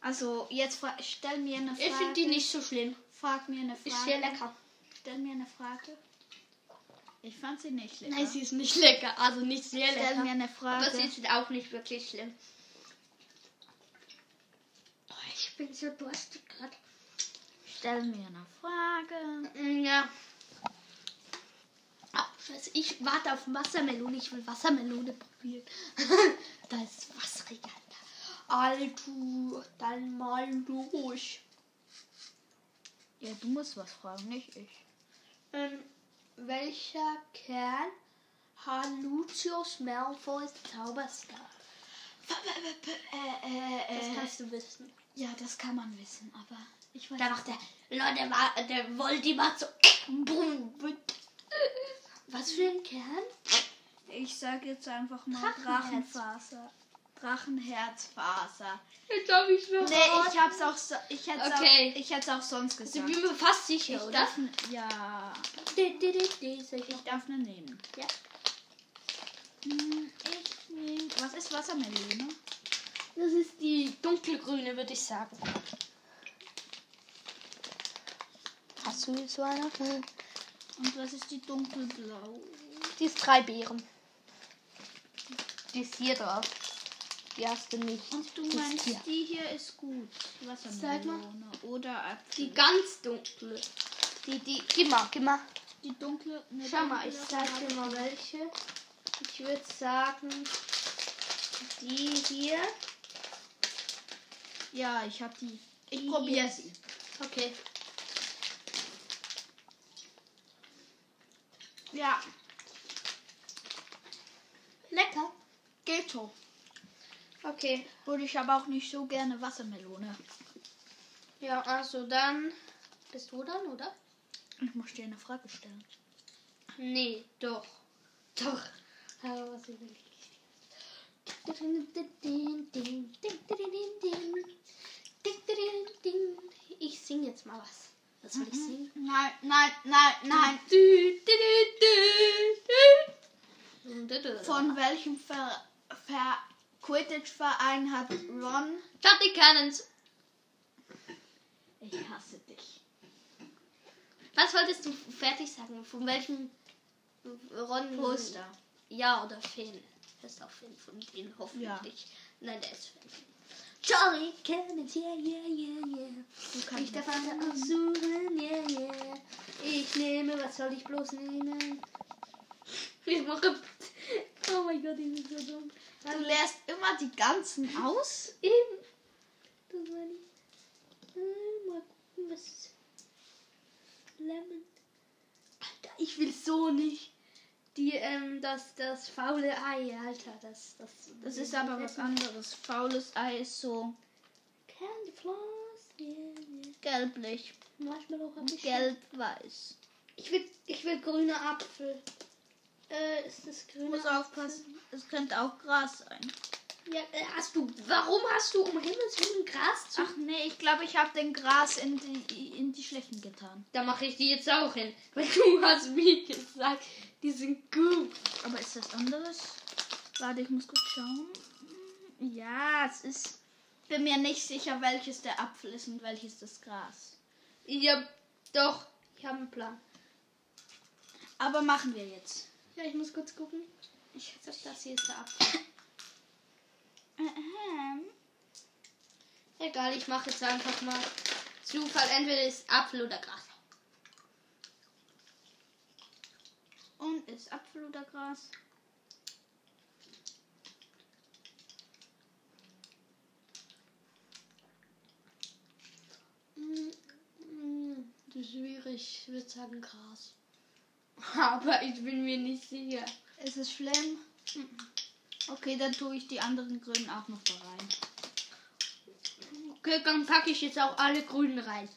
[SPEAKER 2] Also, jetzt fra- stell mir eine Frage.
[SPEAKER 1] Ich finde die nicht so schlimm.
[SPEAKER 2] Frag mir eine Frage.
[SPEAKER 1] Ist sehr lecker.
[SPEAKER 2] Stell mir eine Frage. Ich fand sie nicht lecker.
[SPEAKER 1] Nein, sie ist nicht lecker. Also nicht sehr
[SPEAKER 2] Stell mir
[SPEAKER 1] lecker.
[SPEAKER 2] eine
[SPEAKER 1] Aber sie
[SPEAKER 2] Frage.
[SPEAKER 1] ist auch nicht wirklich schlimm. Oh, ich bin so durstig gerade.
[SPEAKER 4] Stell mir eine Frage.
[SPEAKER 1] Mm, Ja. Ah, scheiße, ich warte auf Wassermelone. Ich will Wassermelone probieren. da ist Also, wasserig, Alter. Alter, dann mal durch.
[SPEAKER 4] Ja, du musst was fragen, nicht ich.
[SPEAKER 1] Ähm, welcher Kern hat Lucius Malfoys Zauberstab? Das kannst du wissen.
[SPEAKER 4] Ja, das kann man wissen, aber ich weiß
[SPEAKER 1] Da macht der, Leute, war, der Volti macht so, boom, Was für ein Kern?
[SPEAKER 2] Ich sage jetzt einfach mal
[SPEAKER 1] Drachenherz.
[SPEAKER 2] Drachenfaser. Drachenherzfaser.
[SPEAKER 1] Jetzt hab ich
[SPEAKER 2] Nee,
[SPEAKER 1] schon.
[SPEAKER 2] ich hab's auch so, ich hätte
[SPEAKER 4] Okay.
[SPEAKER 2] auch, ich hätte auch sonst
[SPEAKER 1] Ich
[SPEAKER 2] gesagt. ne,
[SPEAKER 1] bin mir fast sicher,
[SPEAKER 4] Ich
[SPEAKER 1] oder?
[SPEAKER 4] darf
[SPEAKER 2] Ja,
[SPEAKER 1] Die, die, die, die, sicher.
[SPEAKER 2] ich darf eine nehmen.
[SPEAKER 1] Ja.
[SPEAKER 2] Hm, Ich nehm, was ist Wassermelone?
[SPEAKER 4] Das ist die dunkelgrüne, würde ich sagen.
[SPEAKER 1] Hast du jetzt so eine?
[SPEAKER 2] Und was ist die dunkelblau?
[SPEAKER 1] Die ist drei Beeren.
[SPEAKER 4] Die ist hier drauf. Die hast du nicht.
[SPEAKER 2] Und du meinst, die hier ist gut. Wassermelone oder Apfel.
[SPEAKER 4] Die ganz dunkle. Die, die, gib mal, gib mal.
[SPEAKER 2] Die dunkle. Ne,
[SPEAKER 1] Schau mal, ich
[SPEAKER 2] dunkle-
[SPEAKER 1] sag dir mal welche. Ich würde sagen, die hier.
[SPEAKER 2] Ja, ich hab die. Ich probiere sie.
[SPEAKER 1] Okay.
[SPEAKER 2] Ja,
[SPEAKER 1] Lecker.
[SPEAKER 2] geht so.
[SPEAKER 1] Okay.
[SPEAKER 2] Und ich habe auch nicht so gerne Wassermelone.
[SPEAKER 1] Ja, also dann. Bist du dann, oder?
[SPEAKER 2] Ich muss dir eine Frage stellen.
[SPEAKER 1] Nee, doch. Doch. Aber was ich will. Ich sing jetzt mal was. Was soll ich singen?
[SPEAKER 2] Mhm. Nein, nein, nein, nein. Von welchem Ver Ver Quidditch-Verein hat Ron?
[SPEAKER 1] Johnny Cannons.
[SPEAKER 2] Ich hasse dich.
[SPEAKER 1] Was wolltest du fertig sagen? Von welchem Ron?
[SPEAKER 2] Poster.
[SPEAKER 1] Ja, oder Finn. Das ist auch Finn von denen, hoffentlich.
[SPEAKER 2] Ja.
[SPEAKER 1] Nein, der ist Finn. Jolly Cannons, yeah, yeah, yeah, yeah.
[SPEAKER 2] Du kannst
[SPEAKER 1] Ich darf alle aussuchen, yeah, yeah. Ich nehme, was soll ich bloß nehmen? Ich mache. Oh mein Gott, ich bin so dumm.
[SPEAKER 2] du lehrst immer die ganzen aus?
[SPEAKER 1] Eben. Das war nicht. Äh, Mal gucken, was. Lemon. Alter, ich will so nicht. Die, ähm, das, das faule Ei, Alter. Das, das,
[SPEAKER 2] Das ist aber was anderes. Faules Ei ist so
[SPEAKER 1] Candy Floss. Yeah, yeah.
[SPEAKER 2] gelblich.
[SPEAKER 1] Marshmallow hab ich. schon.
[SPEAKER 2] Gelb-weiß.
[SPEAKER 1] Ich will, ich will grüner Apfel. Äh, ist das
[SPEAKER 2] Du
[SPEAKER 1] grüner
[SPEAKER 2] musst
[SPEAKER 1] Apfel?
[SPEAKER 2] aufpassen. Es könnte auch Gras sein.
[SPEAKER 1] Ja, äh, hast du, warum hast du um Himmels Willen Gras zu?
[SPEAKER 2] Ach nee, ich glaube, ich habe den Gras in die, in die Schlechten getan.
[SPEAKER 1] da mache ich die jetzt auch hin. Weil du hast mir gesagt, die sind gut.
[SPEAKER 2] Aber ist das anderes? Warte, ich muss kurz schauen. Ja, es ist. Bin mir nicht sicher, welches der Apfel ist und welches das Gras.
[SPEAKER 1] Ja, doch, ich habe einen Plan.
[SPEAKER 2] Aber machen wir jetzt.
[SPEAKER 1] Ja, ich muss kurz gucken. Ich sag, das hier ist der Apfel.
[SPEAKER 2] Hm.
[SPEAKER 1] Egal, ich mache jetzt einfach mal Zufall. Entweder ist Apfel oder Gras.
[SPEAKER 2] Und ist Apfel oder Gras?
[SPEAKER 1] Hm, Das ist schwierig. Ich würde sagen Gras. Aber ich bin mir nicht sicher.
[SPEAKER 2] Ist es schlimm? Mhm. Okay, dann tue ich die anderen Grünen auch noch da rein.
[SPEAKER 1] Okay, dann packe ich jetzt auch alle Grünen rein.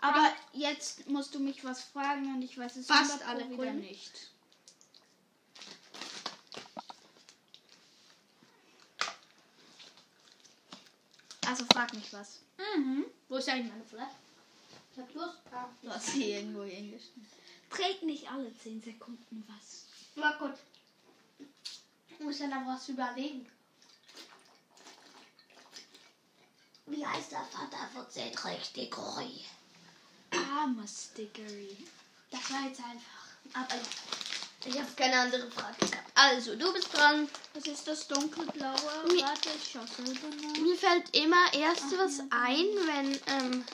[SPEAKER 2] Aber jetzt musst du mich was fragen und ich weiß es
[SPEAKER 1] Fast
[SPEAKER 2] 100 Pro
[SPEAKER 1] alle
[SPEAKER 2] wieder
[SPEAKER 1] Grünen.
[SPEAKER 2] nicht. Also frag mich was.
[SPEAKER 1] Wo ist eigentlich meine Flasche? Ich hab Durst. Ah.
[SPEAKER 2] Du hast sie irgendwo hingeschnitten. Trägt nicht alle 10 Sekunden was.
[SPEAKER 1] Na gut. Ich muss ja noch was überlegen. Wie heißt der Vater von Cedric Diggory?
[SPEAKER 2] Armer Stickery.
[SPEAKER 1] Das war jetzt einfach. Aber ja. Ich habe keine andere Frage gehabt. Also, du bist dran.
[SPEAKER 2] Das ist das dunkelblaue.
[SPEAKER 1] Mir-
[SPEAKER 2] Warte, ich schaue selber mal.
[SPEAKER 1] Mir fällt immer erst was ein, wenn, ähm,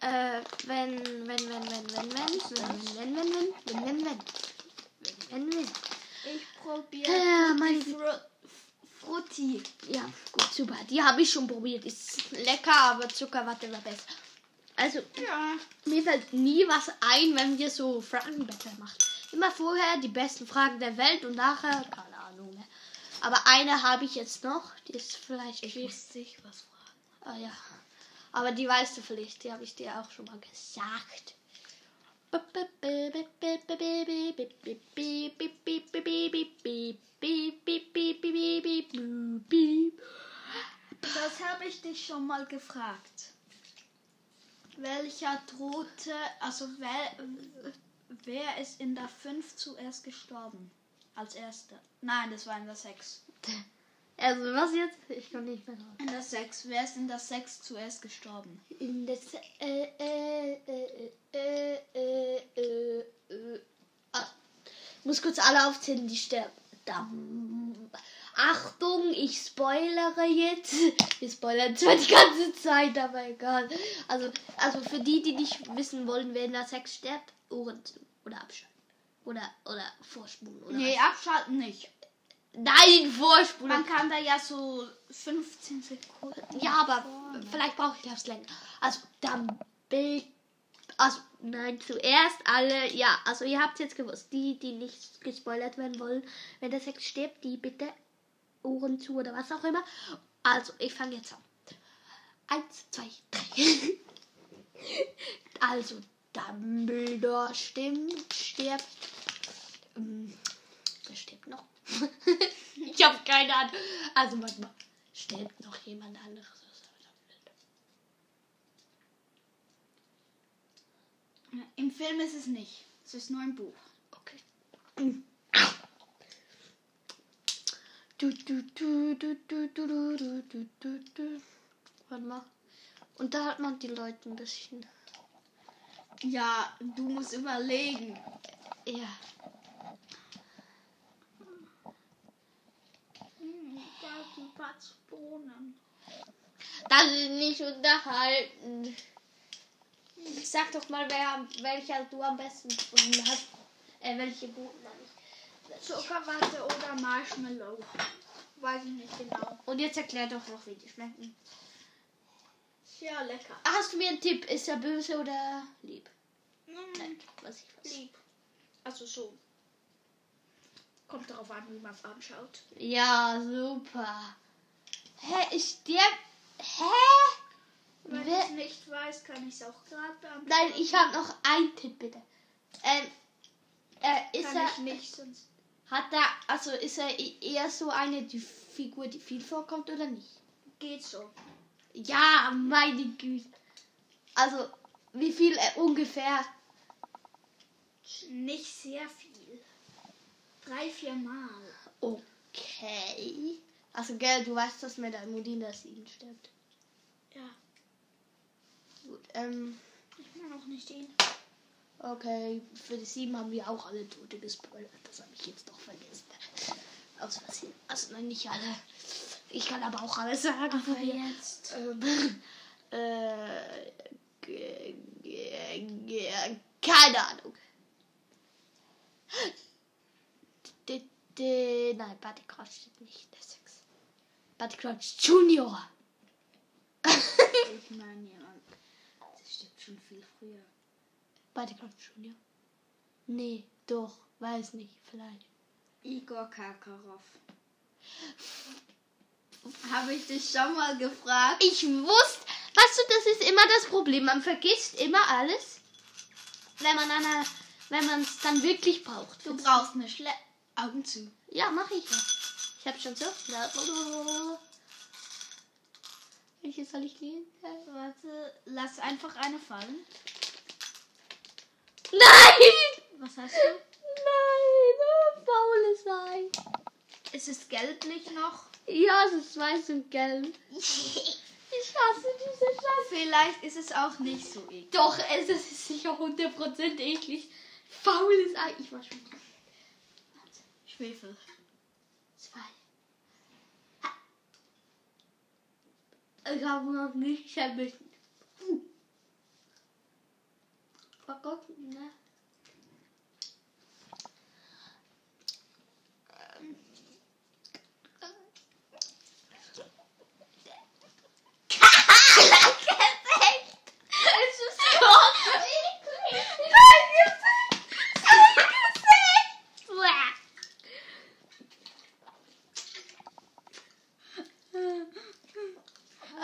[SPEAKER 1] äh, wenn, wenn, wenn, wenn, wenn, wenn, wenn, wenn, wenn, wenn, wenn, wenn, wenn, wenn, wenn,
[SPEAKER 2] Ich probiere
[SPEAKER 1] äh, meine Güte.
[SPEAKER 2] Fru Frutti.
[SPEAKER 1] Äh, Ja, gut, super. Die habe ich schon probiert. Ist lecker, aber Zuckerwatte war besser. Also,
[SPEAKER 2] Ja.
[SPEAKER 1] mir fällt nie was ein, wenn wir so Fragenbattle machen. Immer vorher die besten Fragen der Welt und nachher, keine Ahnung mehr. Aber eine habe ich jetzt noch, die ist vielleicht schwierig.
[SPEAKER 2] dich was fragen.
[SPEAKER 1] Ah ja. Aber die weißt du vielleicht, die habe ich dir auch schon mal gesagt.
[SPEAKER 2] Das habe ich dich schon mal gefragt. Welcher Tote, also wer, wer ist in der 5 zuerst gestorben? Als erster. Nein, das war in der 6.
[SPEAKER 1] Also was jetzt? Ich komme nicht mehr drauf.
[SPEAKER 2] In der 6. Wer ist in der 6 zuerst gestorben?
[SPEAKER 1] In das äh, äh, äh, äh, äh, äh, äh. Ah, ich muss kurz alle aufzählen, die sterben. Da. Achtung, ich spoilere jetzt. Wir spoilern zwar die ganze Zeit, aber egal. Also, also für die, die nicht wissen wollen, wer in der Sex stirbt, Ohren zu. Oder abschalten. Oder, oder vorspulen. Oder
[SPEAKER 2] Nee, abschalten nicht.
[SPEAKER 1] was. Nein, vorspulen.
[SPEAKER 2] Man kann da ja so 15 Sekunden.
[SPEAKER 1] Ja, aber vielleicht brauche ich das länger. Also, dann Bild. Also, nein, zuerst alle. Ja, also, ihr habt jetzt gewusst. Die, die nicht gespoilert werden wollen, wenn der Sex stirbt, die bitte Ohren zu oder was auch immer. Also, ich fange jetzt an. Eins, zwei, drei. also, Dumbledore stimmt, stirbt. Ähm, Wer stirbt noch? ich habe keine Ahnung. Also warte mal. Stirbt noch jemand anderes? außer Dumbledore?
[SPEAKER 2] Im Film ist es nicht. Es ist nur ein Buch.
[SPEAKER 1] Okay. Du, du, du, du, du, du, du, du, du, du, du. Warte mal. Und da hat man die Leute ein bisschen.
[SPEAKER 2] Ja, du musst überlegen.
[SPEAKER 1] Ja.
[SPEAKER 2] Bohnen.
[SPEAKER 1] Das ist nicht unterhalten. Sag doch mal, wer, welcher du am besten gefunden hast. Äh, welche guten habe ich.
[SPEAKER 2] Zuckerwatte oder Marshmallow. Weiß ich nicht genau.
[SPEAKER 1] Und jetzt erklär doch noch, wie die schmecken.
[SPEAKER 2] Ja, lecker.
[SPEAKER 1] Hast du mir einen Tipp? Ist er böse oder lieb?
[SPEAKER 2] Mhm.
[SPEAKER 1] Nein, was ich weiß.
[SPEAKER 2] Lieb. Also so. Kommt darauf an, wie man es anschaut.
[SPEAKER 1] Ja, super. Hä, ich sterb. Hä?
[SPEAKER 2] Wenn
[SPEAKER 1] Wer-
[SPEAKER 2] ich es nicht weiß, kann ich es auch gerade beantworten.
[SPEAKER 1] Nein, ich habe noch einen Tipp, bitte. Ähm, äh, ist
[SPEAKER 2] kann
[SPEAKER 1] er.
[SPEAKER 2] ich nicht, sonst.
[SPEAKER 1] Hat er. Also ist er e- eher so eine die Figur, die viel vorkommt oder nicht?
[SPEAKER 2] Geht so.
[SPEAKER 1] Ja, meine Güte. Also, wie viel äh, ungefähr?
[SPEAKER 2] Nicht sehr viel. Drei, vier Mal.
[SPEAKER 1] Okay. Also, gell, du weißt, dass mit Almudina sieben stirbt.
[SPEAKER 2] Ja.
[SPEAKER 1] Gut, ähm,
[SPEAKER 2] Ich mag auch nicht den.
[SPEAKER 1] okay. Für die sieben haben wir auch alle Tote gespoilert. Das habe ich jetzt doch vergessen. Aus Versehen. Also, nein, nicht alle. Ich kann aber auch alles sagen. von hier.
[SPEAKER 2] jetzt.
[SPEAKER 1] Ähm, äh, ge- ge- ge- keine Ahnung. D d nein, Barty Crouch steht nicht in der Six. Barty Crouch Junior.
[SPEAKER 2] Ich meine, ja. Das stirbt schon viel früher.
[SPEAKER 1] Barty Crouch Junior. Nee, doch, weiß nicht, vielleicht.
[SPEAKER 2] Igor Karkaroff. Habe ich dich schon mal gefragt?
[SPEAKER 1] Ich wusste, weißt du, das ist immer das Problem. Man vergisst immer alles, wenn man einer, wenn man es dann wirklich braucht.
[SPEAKER 2] Du brauchst eine Schle... Augen zu.
[SPEAKER 1] Ja, mache ich ja. Ich habe schon so. Na, Welches soll ich lesen?
[SPEAKER 2] Warte, lass einfach eine fallen.
[SPEAKER 1] Nein!
[SPEAKER 2] Was hast du?
[SPEAKER 1] Nein! Oh, faules Ei.
[SPEAKER 2] Ist es gelblich noch?
[SPEAKER 1] Ja, es ist weiß und gelb. Ich hasse diese Scheiße.
[SPEAKER 2] e- Vielleicht ist es auch nicht so eklig.
[SPEAKER 1] Doch, es ist sicher 100% eklig.
[SPEAKER 5] Faules Ei. Ich war schon.
[SPEAKER 2] Schwefel.
[SPEAKER 5] Zwei. Ich habe noch nicht zerbissen. Vergossen, ne?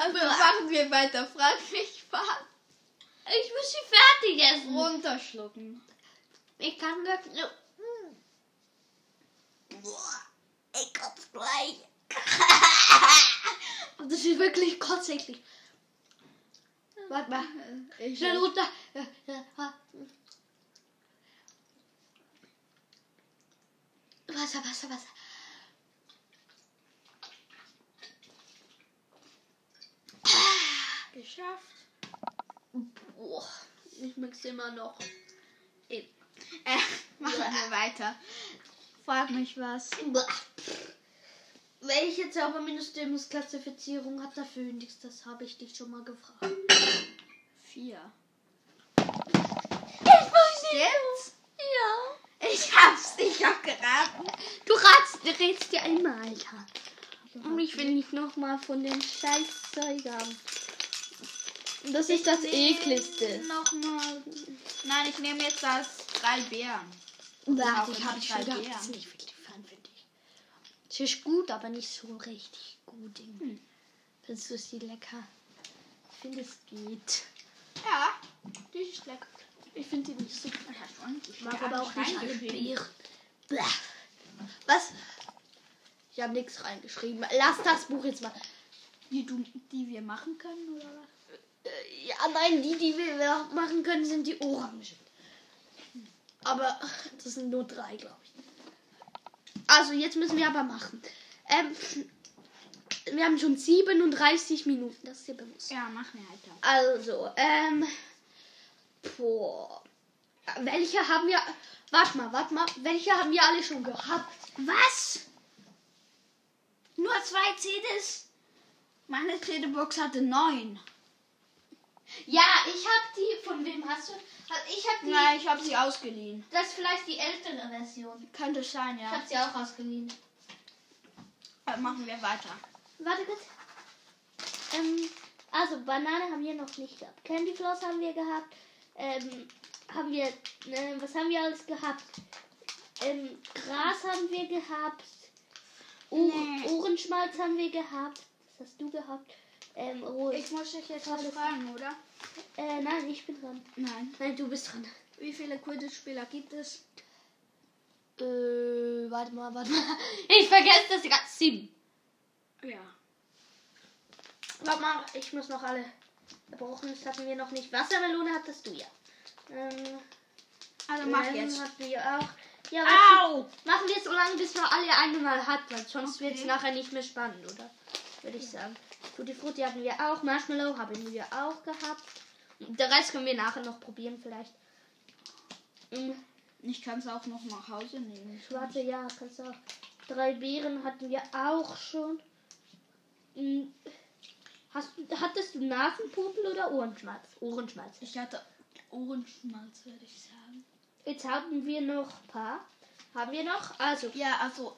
[SPEAKER 2] Also machen wir weiter. Frag mich was.
[SPEAKER 1] Ich muss sie fertig essen.
[SPEAKER 2] Runterschlucken.
[SPEAKER 1] Ich kann gar nicht.
[SPEAKER 5] Hm.
[SPEAKER 3] Ich hab's gleich.
[SPEAKER 5] Das ist wirklich kotzeklig. Warte mal.
[SPEAKER 2] Ich
[SPEAKER 5] Schnell runter. Ja, ja, ah. Wasser, Wasser, Wasser.
[SPEAKER 2] geschafft.
[SPEAKER 5] Boah, ich mixe immer noch.
[SPEAKER 2] Äh, machen wir weiter. Frag mich was.
[SPEAKER 5] Welche Zauberministeriumsklassifizierung hat der Phönix? Das habe ich dich schon mal gefragt.
[SPEAKER 2] Vier.
[SPEAKER 1] Ich muss sie.
[SPEAKER 2] Jetzt?
[SPEAKER 1] Ja.
[SPEAKER 2] Ich hab's nicht abgeraten.
[SPEAKER 1] Du ratst, du rätst dir einmal, Alter. Und ich will nicht nochmal von dem scheiß Zeug haben. Das ist das ekligste.
[SPEAKER 2] Nochmal. Nein, ich nehme jetzt das drei Beeren.
[SPEAKER 1] Warte,
[SPEAKER 2] auch
[SPEAKER 1] ich habe
[SPEAKER 2] nicht
[SPEAKER 1] schon
[SPEAKER 2] bei
[SPEAKER 1] gedacht,
[SPEAKER 2] dir.
[SPEAKER 1] das ist nicht wirklich fun für dich. Es ist gut, aber nicht so richtig gut. Hm. Findest du sie lecker? Ich finde, es geht.
[SPEAKER 2] Ja, die ist lecker.
[SPEAKER 1] Ich finde die nicht so gut.
[SPEAKER 2] Ich
[SPEAKER 1] mag aber auch nicht alle
[SPEAKER 2] reingeschrieben.
[SPEAKER 1] Beeren. Bäh. Was? Ich habe nichts reingeschrieben. Lass das Buch jetzt mal.
[SPEAKER 2] Die, du, die wir machen können, oder was?
[SPEAKER 1] Äh, Ja, nein, die, die wir noch machen können, sind die Orangen. Aber das sind nur drei, glaube ich. Also, jetzt müssen wir aber machen. Ähm, wir haben schon 37 Minuten, das ist dir bewusst.
[SPEAKER 2] Ja, machen wir halt
[SPEAKER 1] Also, ähm, boah. Welche haben wir, warte mal, warte mal, welche haben wir alle schon gehabt?
[SPEAKER 2] Was? Nur zwei CDs? Meine CD-Box hatte neun.
[SPEAKER 1] Ja, ich habe die, von wem hast du? Ich habe
[SPEAKER 2] Nein, ich habe sie ausgeliehen.
[SPEAKER 1] das ist vielleicht die ältere Version.
[SPEAKER 2] Könnte sein, ja.
[SPEAKER 1] sie auch ausgeliehen.
[SPEAKER 2] Äh, machen wir weiter.
[SPEAKER 1] Warte kurz. Ähm, also Banane haben wir noch nicht gehabt. Candy Floss haben wir gehabt. Ähm, haben wir, äh, was haben wir alles gehabt? Ähm, Gras haben wir gehabt. Oh
[SPEAKER 2] Nee.
[SPEAKER 1] Ohrenschmalz haben wir gehabt. Was hast du gehabt? Ähm, Rot.
[SPEAKER 2] Ich muss dich jetzt was fragen, oder?
[SPEAKER 1] äh, nein, ich bin dran.
[SPEAKER 2] Nein.
[SPEAKER 1] Nein, du bist dran.
[SPEAKER 2] Wie viele Quidditch-Spieler gibt es?
[SPEAKER 1] Äh, warte mal, warte mal. Ich vergesse das gerade. Sieben.
[SPEAKER 2] Ja.
[SPEAKER 1] Warte mal, ich muss noch alle. Erbrochenes hatten wir noch nicht. Wassermelone hattest du ja. Ähm,
[SPEAKER 2] Also mach
[SPEAKER 1] Ähm,
[SPEAKER 2] jetzt. Ah!
[SPEAKER 1] Hatten wir auch. Ja, was-
[SPEAKER 2] Au!
[SPEAKER 1] machen wir es so lange, bis wir alle eine mal hatten, weil sonst
[SPEAKER 2] Okay.
[SPEAKER 1] wird es nachher nicht mehr spannend, oder? Würde ich sagen. Tutti Frutti hatten wir auch, Marshmallow haben wir auch gehabt. Und Der Rest können wir nachher noch probieren, vielleicht. Ähm,
[SPEAKER 2] Ich kann es auch noch nach Hause nehmen.
[SPEAKER 1] schwarze, ja, kannst du auch. Drei Beeren hatten wir auch schon. Ähm, Hast du, hattest du Nasenpopel oder Ohrenschmalz? Ohrenschmalz.
[SPEAKER 2] Ich hatte Ohrenschmalz, würde ich sagen.
[SPEAKER 1] Jetzt haben wir noch ein paar. Haben wir noch? Also.
[SPEAKER 2] Ja, also.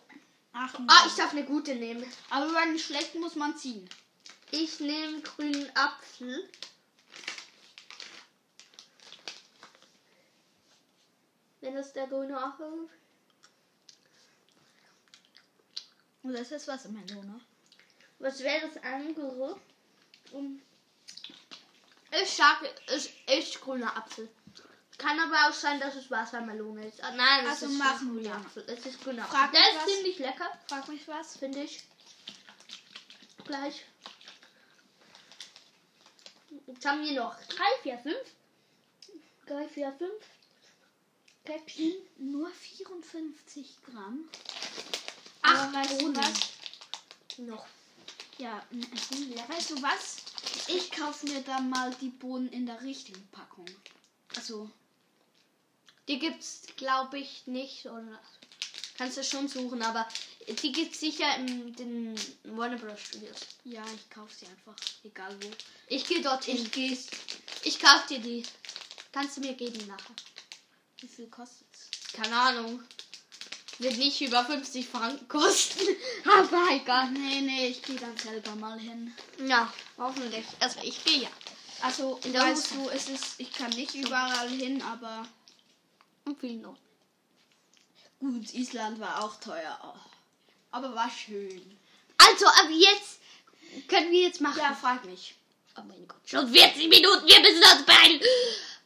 [SPEAKER 2] Ach,
[SPEAKER 1] Ah, ich darf eine gute nehmen.
[SPEAKER 2] aber bei den schlechten muss man ziehen.
[SPEAKER 1] Ich nehme grünen Apfel. Wenn das der grüne Apfel ist.
[SPEAKER 2] Und das ist was ne? im Melone.
[SPEAKER 1] Was wäre das andere? Um, Ich sage, es ist grüner Apfel. Kann aber auch sein, dass es Wassermelone ist. Ah, nein, es
[SPEAKER 2] Also
[SPEAKER 1] ist
[SPEAKER 2] machen
[SPEAKER 1] schon
[SPEAKER 2] wir.
[SPEAKER 1] grüner Apfel. Es ist grüner
[SPEAKER 2] Frag
[SPEAKER 1] Apfel. Der
[SPEAKER 2] mich
[SPEAKER 1] ist
[SPEAKER 2] was.
[SPEAKER 1] ziemlich lecker,
[SPEAKER 2] Frag mich was.
[SPEAKER 1] finde ich. Gleich. Jetzt haben wir noch drei, vier, fünf. Drei, vier, fünf. Päckchen.
[SPEAKER 2] Nur 54 Gramm.
[SPEAKER 1] Ach,
[SPEAKER 2] Aber weißt
[SPEAKER 1] Bohnen.
[SPEAKER 2] du was?
[SPEAKER 1] Noch.
[SPEAKER 2] Ja, n- n- weißt du was? Ich kaufe mir dann mal die Bohnen in der richtigen Packung. Also,
[SPEAKER 1] Die gibt's, glaube ich, nicht. Oder kannst du schon suchen, aber die gibt's sicher in den Warner Bros. Studios.
[SPEAKER 2] Ja, ich kaufe sie einfach.
[SPEAKER 1] Egal wo. Ich gehe dorthin.
[SPEAKER 6] Ich
[SPEAKER 1] Ich,
[SPEAKER 6] geh's.
[SPEAKER 1] ich kauf dir die. Kannst du mir geben nachher?
[SPEAKER 2] Wie viel kostet's?
[SPEAKER 1] Keine Ahnung. Wird nicht über 50 Franken kosten. aber egal.
[SPEAKER 2] Nee, nee, ich gehe dann selber mal hin.
[SPEAKER 1] Ja, hoffentlich. Also ich gehe ja.
[SPEAKER 2] Also,
[SPEAKER 1] In der
[SPEAKER 2] weißt du, es ist, ich kann nicht überall hin, aber
[SPEAKER 1] Und viel noch.
[SPEAKER 2] gut, Island war auch teuer. Oh. Aber war schön.
[SPEAKER 1] Also ab jetzt können wir jetzt machen.
[SPEAKER 2] Ja, frag mich.
[SPEAKER 1] Oh mein Gott, schon 40 Minuten, wir müssen uns beeilen.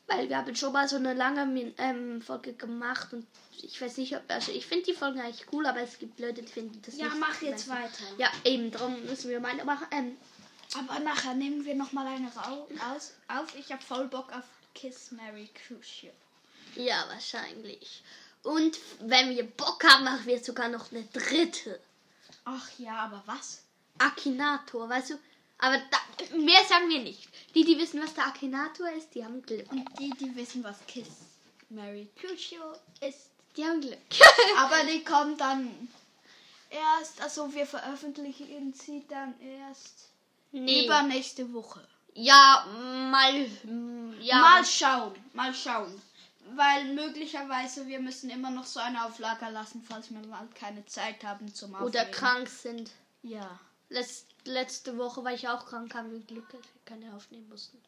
[SPEAKER 1] Weil wir haben schon mal so eine lange Min- ähm, Folge gemacht und ich weiß nicht, ob. Also ich finde die Folgen eigentlich cool, aber es gibt Leute, die finden das
[SPEAKER 2] Ja,
[SPEAKER 1] nicht
[SPEAKER 2] mach
[SPEAKER 1] so
[SPEAKER 2] jetzt
[SPEAKER 1] nice.
[SPEAKER 2] weiter.
[SPEAKER 1] Ja, eben, darum müssen wir meine machen. Ähm,
[SPEAKER 2] Aber nachher nehmen wir noch mal eine Rau aus, auf. Ich hab voll Bock auf Kiss Mary Cruise Ship.
[SPEAKER 1] ja, wahrscheinlich. Und wenn wir Bock haben, machen wir sogar noch eine dritte.
[SPEAKER 2] Ach ja, aber was?
[SPEAKER 1] Akinator, weißt du? Aber da, mehr sagen wir nicht. Die, die wissen, was der Akinator ist, die haben Glück.
[SPEAKER 2] Und die, die wissen, was Kiss Mary Cruise Ship ist.
[SPEAKER 1] Die haben Glück.
[SPEAKER 2] Aber die kommt dann erst, also wir veröffentlichen sie dann erst
[SPEAKER 1] nee.
[SPEAKER 2] übernächste Woche.
[SPEAKER 1] Ja, mal. mm, Ja.
[SPEAKER 2] Mal schauen, mal schauen. Weil möglicherweise wir müssen immer noch so eine auf Lager lassen, falls wir mal keine Zeit haben zum Aufnehmen.
[SPEAKER 1] oder krank sind.
[SPEAKER 2] Ja.
[SPEAKER 1] Letz, letzte Woche war ich auch krank, haben wir Glück, dass wir keine aufnehmen mussten.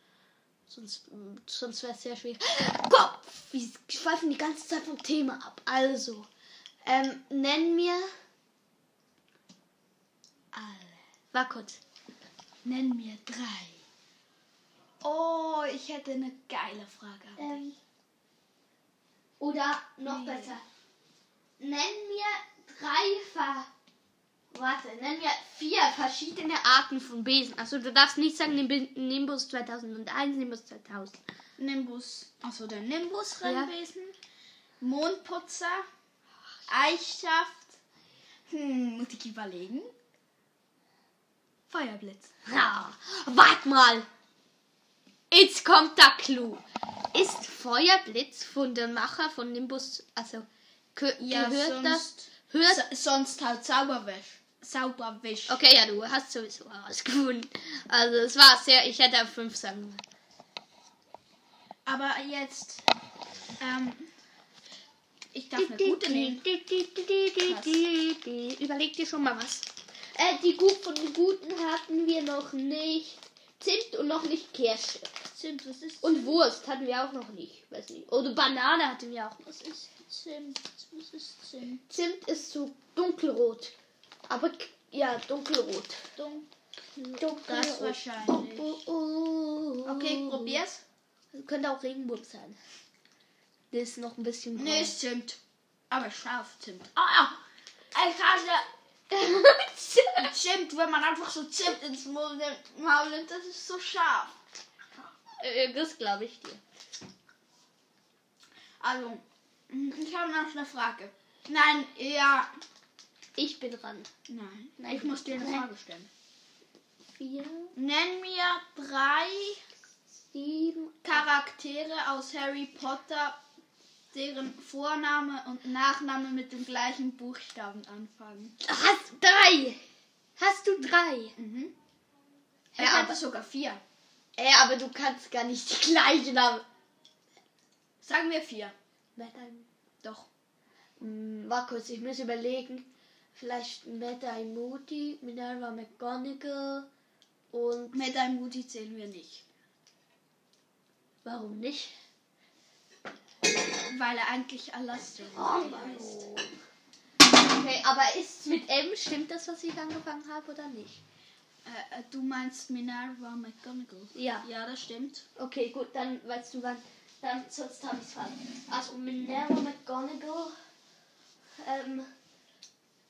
[SPEAKER 1] Sonst, mm, sonst wäre es sehr schwierig. Kopf! Wir schweifen die ganze Zeit vom Thema ab. Also, ähm, nenn mir.
[SPEAKER 2] Alle.
[SPEAKER 1] War kurz.
[SPEAKER 2] Nenn mir drei. Oh, ich hätte eine geile Frage.
[SPEAKER 1] Ähm,
[SPEAKER 2] an dich.
[SPEAKER 1] oder noch
[SPEAKER 2] Nee.
[SPEAKER 1] besser. Nenn mir drei Ver. Warte, nenn mir vier verschiedene Arten von Besen. Also, du darfst nicht sagen Nimb- Nimbus 2001, Nimbus 2000.
[SPEAKER 2] Nimbus. Also der Nimbus-Rennbesen. Mondputzer. Eichschaft. Hm, muss ich überlegen. Feuerblitz.
[SPEAKER 1] Ja, wart mal. Jetzt kommt der Clou. Ist Feuerblitz von dem Macher von Nimbus, also gehört
[SPEAKER 2] Ja,
[SPEAKER 1] hört das?
[SPEAKER 2] sonst-
[SPEAKER 1] Hört
[SPEAKER 2] S sonst halt Zauberwisch. Zauberwisch.
[SPEAKER 1] Okay, ja, du hast sowieso herausgefunden. Also es war sehr, ich hätte auf 5 sagen wollen.
[SPEAKER 2] Aber jetzt. Ähm, ich darf eine gute nehmen.
[SPEAKER 1] Überleg dir schon mal was. Äh, die gut von den Guten hatten wir noch nicht. Zimt und noch nicht Kirsche.
[SPEAKER 2] Zimt, was ist
[SPEAKER 1] Und Wurst hatten wir auch noch nicht. Weiß nicht. Oder Banane hatten wir auch noch.
[SPEAKER 2] Was ist Zimt? Was ist Zimt?
[SPEAKER 1] Zimt ist so dunkelrot. Aber k- ja, dunkelrot.
[SPEAKER 2] Dumm.
[SPEAKER 1] Dunkelrot.
[SPEAKER 2] Das wahrscheinlich.
[SPEAKER 1] Oh, oh, oh.
[SPEAKER 2] Okay, probier's.
[SPEAKER 1] Könnte auch Regenwurm sein. Der ist noch ein bisschen braun.
[SPEAKER 2] Nee, ist Zimt. Aber scharf Zimt. Ah, ich hasse Zimt, wenn man einfach so Zimt ins Maul nimmt. Maul nimmt, Das ist so scharf.
[SPEAKER 1] Äh, das glaube ich dir.
[SPEAKER 2] Also, ich habe noch eine Frage. Nein, ja.
[SPEAKER 1] Ich bin dran.
[SPEAKER 2] Nein, ich muss dir eine Frage stellen.
[SPEAKER 1] Vier,
[SPEAKER 2] Nenn mir drei
[SPEAKER 1] sieben.
[SPEAKER 2] Charaktere aus Harry Potter, deren Vorname und Nachname mit dem gleichen Buchstaben anfangen.
[SPEAKER 1] Hast drei. Hast du drei?
[SPEAKER 2] Mhm. Ich
[SPEAKER 1] Ja,
[SPEAKER 2] hatte
[SPEAKER 1] aber-
[SPEAKER 2] sogar vier.
[SPEAKER 1] Äh, aber du kannst gar nicht die gleichen haben.
[SPEAKER 2] Sagen wir vier.
[SPEAKER 1] Madaim.
[SPEAKER 2] Doch.
[SPEAKER 1] Hm, war kurz, ich muss überlegen. Vielleicht Madaim Moody, Minerva McGonagall und
[SPEAKER 2] Mit einem Mutti zählen wir nicht.
[SPEAKER 1] warum nicht?
[SPEAKER 2] Weil er eigentlich Alastair heißt.
[SPEAKER 1] Okay, aber ist mit M, stimmt das, was ich angefangen habe oder nicht?
[SPEAKER 2] Äh, äh, du meinst Minerva McGonagall?
[SPEAKER 1] Ja.
[SPEAKER 2] Ja, das stimmt.
[SPEAKER 1] Okay, gut, dann weißt du wann. Dann, sonst habe ich es falsch. Also Minerva McGonagall. Ähm.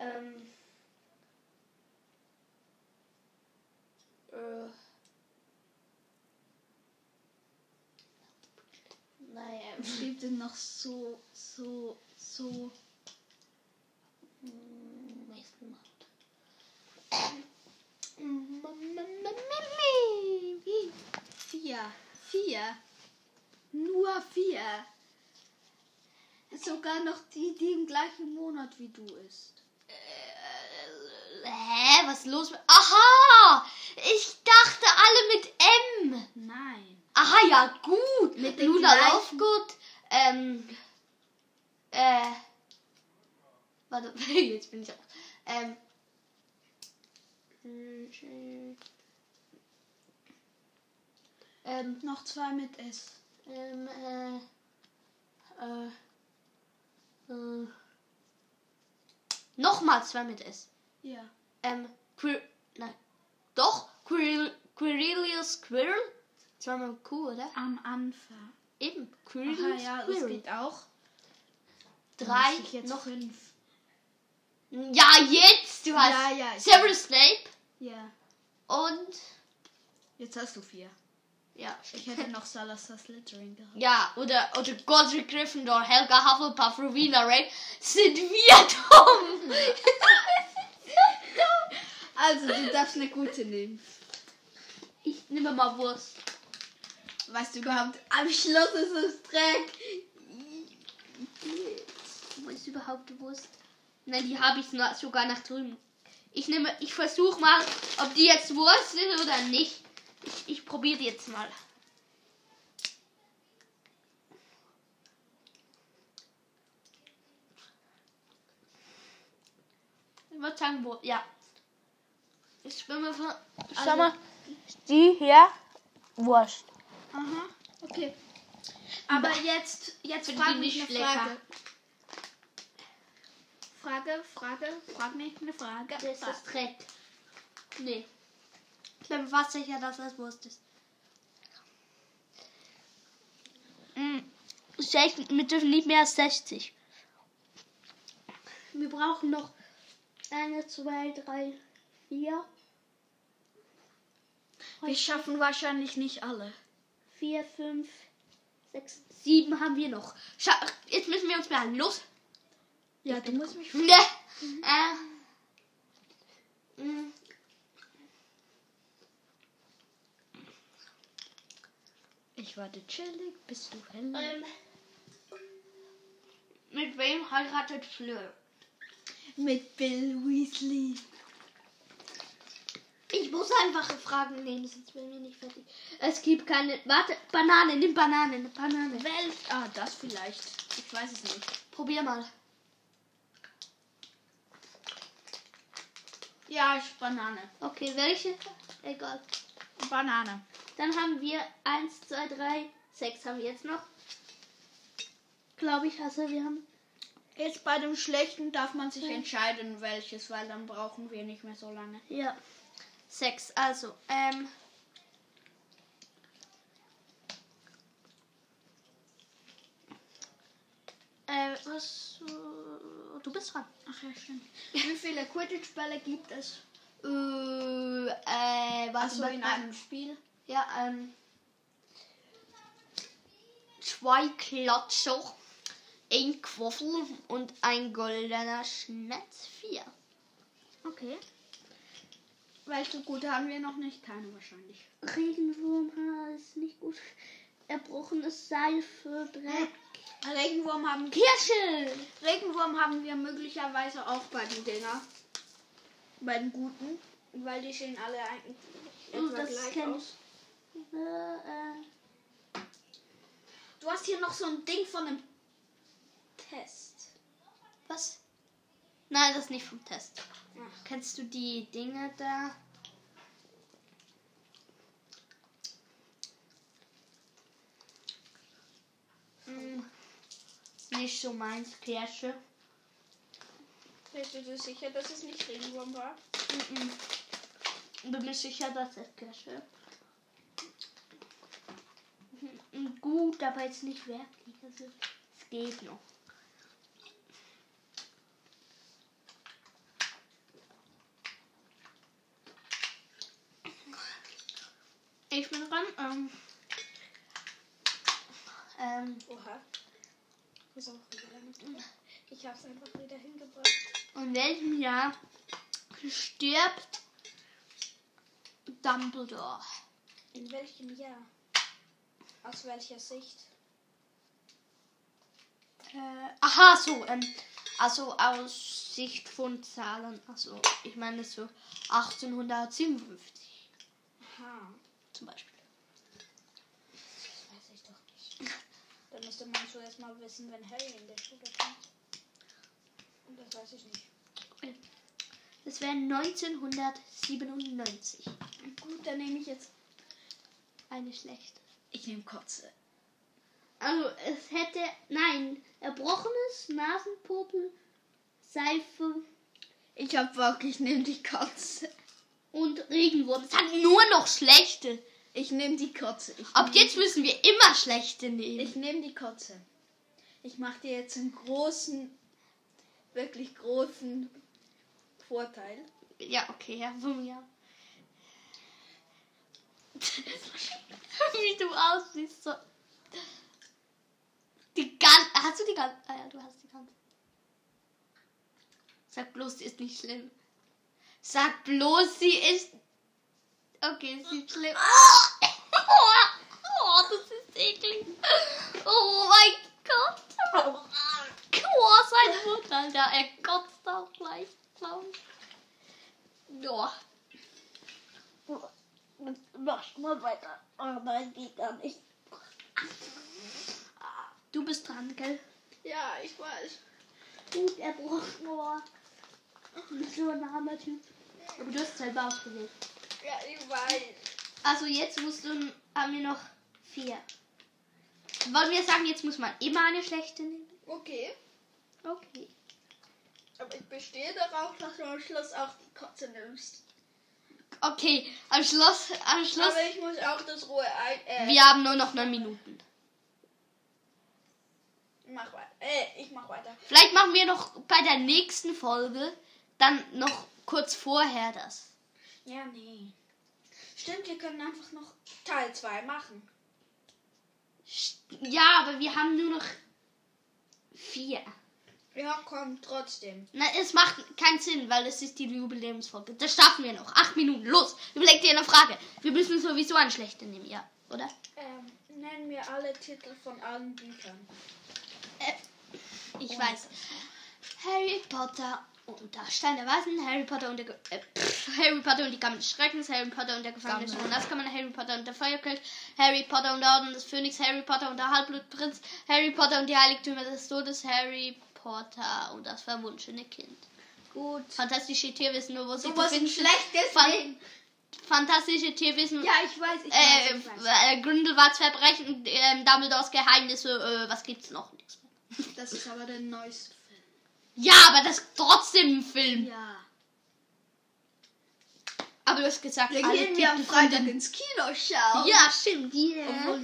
[SPEAKER 1] Ähm. Äh. Naja.
[SPEAKER 2] Es gibt denn noch so, so, so.
[SPEAKER 1] im Nächsten Mal. Ähm, Mimi.
[SPEAKER 2] Vier. Vier. Nur vier. sogar noch die, die im gleichen Monat wie du ist.
[SPEAKER 1] Hä? Was ist los mit. Aha! Ich dachte alle mit M.
[SPEAKER 2] Nein.
[SPEAKER 1] Aha, ja, gut. Mit
[SPEAKER 2] dem
[SPEAKER 1] Luna
[SPEAKER 2] gleichen-
[SPEAKER 1] Lovegood. Ähm. Äh. Warte, jetzt bin ich auch. Ähm. Ähm,
[SPEAKER 2] Noch zwei mit S.
[SPEAKER 1] ähm, äh, äh, äh, nochmal zwei mit S.
[SPEAKER 2] Ja.
[SPEAKER 1] Ähm, Quir nein. Doch, Quirrell- Quirrellius Quirrell? Zweimal Q, oder?
[SPEAKER 2] Am Anfang.
[SPEAKER 1] Eben,
[SPEAKER 2] Aha,
[SPEAKER 1] Quirrellius
[SPEAKER 2] ja, das
[SPEAKER 1] Quirrell.
[SPEAKER 2] geht auch.
[SPEAKER 1] Drei,
[SPEAKER 2] Muss ich jetzt
[SPEAKER 1] noch...
[SPEAKER 2] fünf.
[SPEAKER 1] Ja, jetzt, du hast
[SPEAKER 2] Ja, ja, ich-
[SPEAKER 1] Severus Snape
[SPEAKER 2] Ja.
[SPEAKER 1] und...
[SPEAKER 2] Jetzt hast du vier.
[SPEAKER 1] Ja,
[SPEAKER 2] Ich hätte noch Salazar Slytherin gehabt.
[SPEAKER 1] ja oder, oder Godric Gryffindor, Helga Hufflepuff, Rowena Ray sind wir dumm.
[SPEAKER 2] Also, du darfst eine gute nehmen.
[SPEAKER 1] ich nehme mal Wurst.
[SPEAKER 2] Weißt du überhaupt, am Schluss ist es Dreck.
[SPEAKER 1] Wo ist überhaupt Wurst? Nein, die habe ich na- sogar nach drüben. Ich nehme, ich versuche mal, ob die jetzt Wurst sind oder nicht. Ich, ich probiere jetzt mal. Ich würde sagen, Wurst, ja. Ich bin mir von.
[SPEAKER 2] Schau mal.
[SPEAKER 1] Die hier, Wurst.
[SPEAKER 2] Aha, okay. Aber jetzt, jetzt
[SPEAKER 1] Wenn
[SPEAKER 2] frag
[SPEAKER 1] die
[SPEAKER 2] mich
[SPEAKER 1] nicht
[SPEAKER 2] eine
[SPEAKER 1] lecker.
[SPEAKER 2] Frage. Frage, Frage, frag mich eine Frage.
[SPEAKER 1] Das ist Dreck. Nee. Ah. Ich bin mir fast sicher, dass das Wurst ist. Mm. Wir dürfen nicht mehr als 60.
[SPEAKER 2] Wir brauchen noch eine, zwei, drei, vier. Wir schaffen wahrscheinlich nicht alle.
[SPEAKER 1] 4, 5, 6, 7 haben wir noch. Scha Jetzt müssen wir uns beeilen. Los!
[SPEAKER 2] Ja, du musst mich.
[SPEAKER 1] Ne. Äh. Mm.
[SPEAKER 2] Ich warte chillig, bis du hell.
[SPEAKER 1] Ähm. Mit wem heiratet Fleur?
[SPEAKER 2] Mit Bill Weasley.
[SPEAKER 1] Ich muss einfache Fragen nehmen, sonst werden wir nicht fertig. Es gibt keine. Warte, Banane, nimm Banane, eine Banane.
[SPEAKER 2] Welch? Ah, das vielleicht. Ich weiß es nicht.
[SPEAKER 1] Probier mal.
[SPEAKER 2] Ja, ich Banane.
[SPEAKER 1] Okay, welche? Egal.
[SPEAKER 2] Banane.
[SPEAKER 1] Dann haben wir 1, 2, 3, 6 haben wir jetzt noch. Glaube ich, also wir haben.
[SPEAKER 2] Jetzt bei dem schlechten darf man sich entscheiden, welches, weil dann brauchen wir nicht mehr so lange.
[SPEAKER 1] Ja. 6. Also, ähm. Äh, was. äh, Du bist dran.
[SPEAKER 2] Ach ja, stimmt. Wie viele Quidditch-Bälle gibt es?
[SPEAKER 1] Äh, äh, was
[SPEAKER 2] Also in einem Spiel?
[SPEAKER 1] Ja, ähm. Zwei Klatscher, ein Quaffel und ein goldener Schnetz. Vier.
[SPEAKER 2] Okay. Welche gute haben wir noch nicht? Keine wahrscheinlich.
[SPEAKER 1] Regenwurmhaar ist nicht gut. Erbrochenes Seife, Dreck.
[SPEAKER 2] Regenwurm haben,
[SPEAKER 1] Kirsche!
[SPEAKER 2] Regenwurm haben wir möglicherweise auch bei den Dinger. Bei den guten. Weil die sehen alle eigentlich
[SPEAKER 1] Oh,
[SPEAKER 2] etwa
[SPEAKER 1] das
[SPEAKER 2] gleich
[SPEAKER 1] kenn
[SPEAKER 2] aus.
[SPEAKER 1] Äh, äh,
[SPEAKER 2] Du hast hier noch so ein Ding von einem Test.
[SPEAKER 1] was? Nein, das ist nicht vom Test. Kennst du die Dinge da? Hm, ist nicht so meins, Kirsche.
[SPEAKER 2] Bist du dir sicher, dass es nicht Regenwurm war?
[SPEAKER 1] Mhm. Bin mir sicher, dass das Kirsche. Mhm, Gut, aber jetzt nicht wirklich. Also, es geht noch. Ich bin dran. Ähm, ähm,
[SPEAKER 7] Oha. Wo soll ich wieder hin? Ich hab's einfach wieder hingebracht.
[SPEAKER 1] in welchem Jahr stirbt Dumbledore?
[SPEAKER 7] In welchem Jahr? Aus welcher Sicht?
[SPEAKER 1] Äh,
[SPEAKER 5] Äh, aha, so, ähm, also aus Sicht von Zahlen, also ich meine so 1857
[SPEAKER 2] Aha.
[SPEAKER 5] zum Beispiel.
[SPEAKER 3] Das weiß ich doch nicht. Da müsste man zuerst mal wissen, wenn Harry in der Schule kommt. Und das weiß ich nicht.
[SPEAKER 5] Das wäre 1997.
[SPEAKER 2] Gut, dann nehme ich jetzt.
[SPEAKER 5] Eine schlechte.
[SPEAKER 2] Ich nehme Kotze.
[SPEAKER 1] Also es hätte, nein, erbrochenes Nasenpopel, Seife
[SPEAKER 2] Ich hab Bock, ich nehme die Kotze.
[SPEAKER 1] und Regenwurm. Es hat nur noch schlechte.
[SPEAKER 2] Ich nehme die Kotze. Ich,
[SPEAKER 1] Ab jetzt müssen wir immer schlechte nehmen.
[SPEAKER 2] ich nehme die Kotze. Ich mache dir jetzt einen großen, wirklich großen Vorteil.
[SPEAKER 1] ja, okay, ja, bumm, ja. Wie du aussiehst. So. Die ganze, hast du die ganze, ah ja, du hast die ganze. Sag bloß, sie ist nicht schlimm. Sag bloß, sie ist. Okay, sie ist schlimm. Oh, oh das ist eklig. Oh mein Gott. Oh, sein Mund, Alter. Er kotzt auch gleich, glaube ich. Ja.
[SPEAKER 3] Mach mal weiter. Oh nein, geht gar nicht.
[SPEAKER 1] Du bist dran, gell?
[SPEAKER 2] Ja, ich weiß.
[SPEAKER 1] Gut, erbrochen. Oh. So ein armer Typ. Aber du hast es selber ausgewählt.
[SPEAKER 2] Ja, ich weiß.
[SPEAKER 1] Also jetzt musst du, haben wir noch vier. Wollen wir sagen, jetzt muss man immer eine schlechte nehmen?
[SPEAKER 2] Okay.
[SPEAKER 1] Okay.
[SPEAKER 2] Aber ich bestehe darauf, dass du am Schluss auch die Kotze nimmst.
[SPEAKER 1] Okay, am Schluss, am Schluss.
[SPEAKER 2] Aber ich muss auch das Ruhe ein. Äh,
[SPEAKER 1] Wir haben nur noch neun Minuten.
[SPEAKER 2] Mach weiter. Äh, ich mach weiter.
[SPEAKER 1] Vielleicht machen wir noch bei der nächsten Folge dann noch kurz vorher das.
[SPEAKER 2] Ja, nee. Stimmt, wir können einfach noch Teil 2 machen.
[SPEAKER 1] Ja, aber wir haben nur noch vier.
[SPEAKER 2] Ja, komm, trotzdem.
[SPEAKER 1] Na, es macht keinen Sinn, weil es ist die Jubiläumsfolge. Das schaffen wir noch. Acht Minuten, los. Überleg dir eine Frage. Wir müssen sowieso eine schlechte nehmen, ja, oder?
[SPEAKER 2] Ähm, nenn mir alle Titel von allen Büchern.
[SPEAKER 1] Äh, Ich weiß. Harry Potter und der Stein der Weisen, Harry Potter und der Ge äh, pff, Harry Potter und die Kammer des Schreckens, Harry Potter und der Gefangene des Monatskammern, Harry Potter und der Feuerkelch, Harry Potter und der Orden des Phönix, Harry Potter und der Halbblutprinz, Harry Potter und die Heiligtümer des Todes, Harry Potter und das verwunschene Kind.
[SPEAKER 2] Gut.
[SPEAKER 1] Fantastische Tierwissen, nur wo sie
[SPEAKER 2] Du hast ein
[SPEAKER 1] befinden.
[SPEAKER 2] schlechtes
[SPEAKER 1] Fan-
[SPEAKER 2] Leben.
[SPEAKER 1] Fantastische Tierwissen.
[SPEAKER 2] Ja, ich weiß, ich weiß,
[SPEAKER 1] äh,
[SPEAKER 2] ich weiß.
[SPEAKER 1] äh, Grindelwalds Verbrechen, äh, Dumbledores Geheimnisse, äh, was gibt's noch? Nix mehr.
[SPEAKER 2] Das ist aber der neueste Film.
[SPEAKER 1] Ja, aber das ist trotzdem ein Film.
[SPEAKER 2] Ja.
[SPEAKER 1] Aber du hast gesagt,
[SPEAKER 2] Wir
[SPEAKER 1] alle
[SPEAKER 2] gehen ja am
[SPEAKER 1] Titel von
[SPEAKER 2] Freitag
[SPEAKER 1] den-
[SPEAKER 2] ins Kino schauen.
[SPEAKER 1] Ja, stimmt. Yeah.
[SPEAKER 2] Obwohl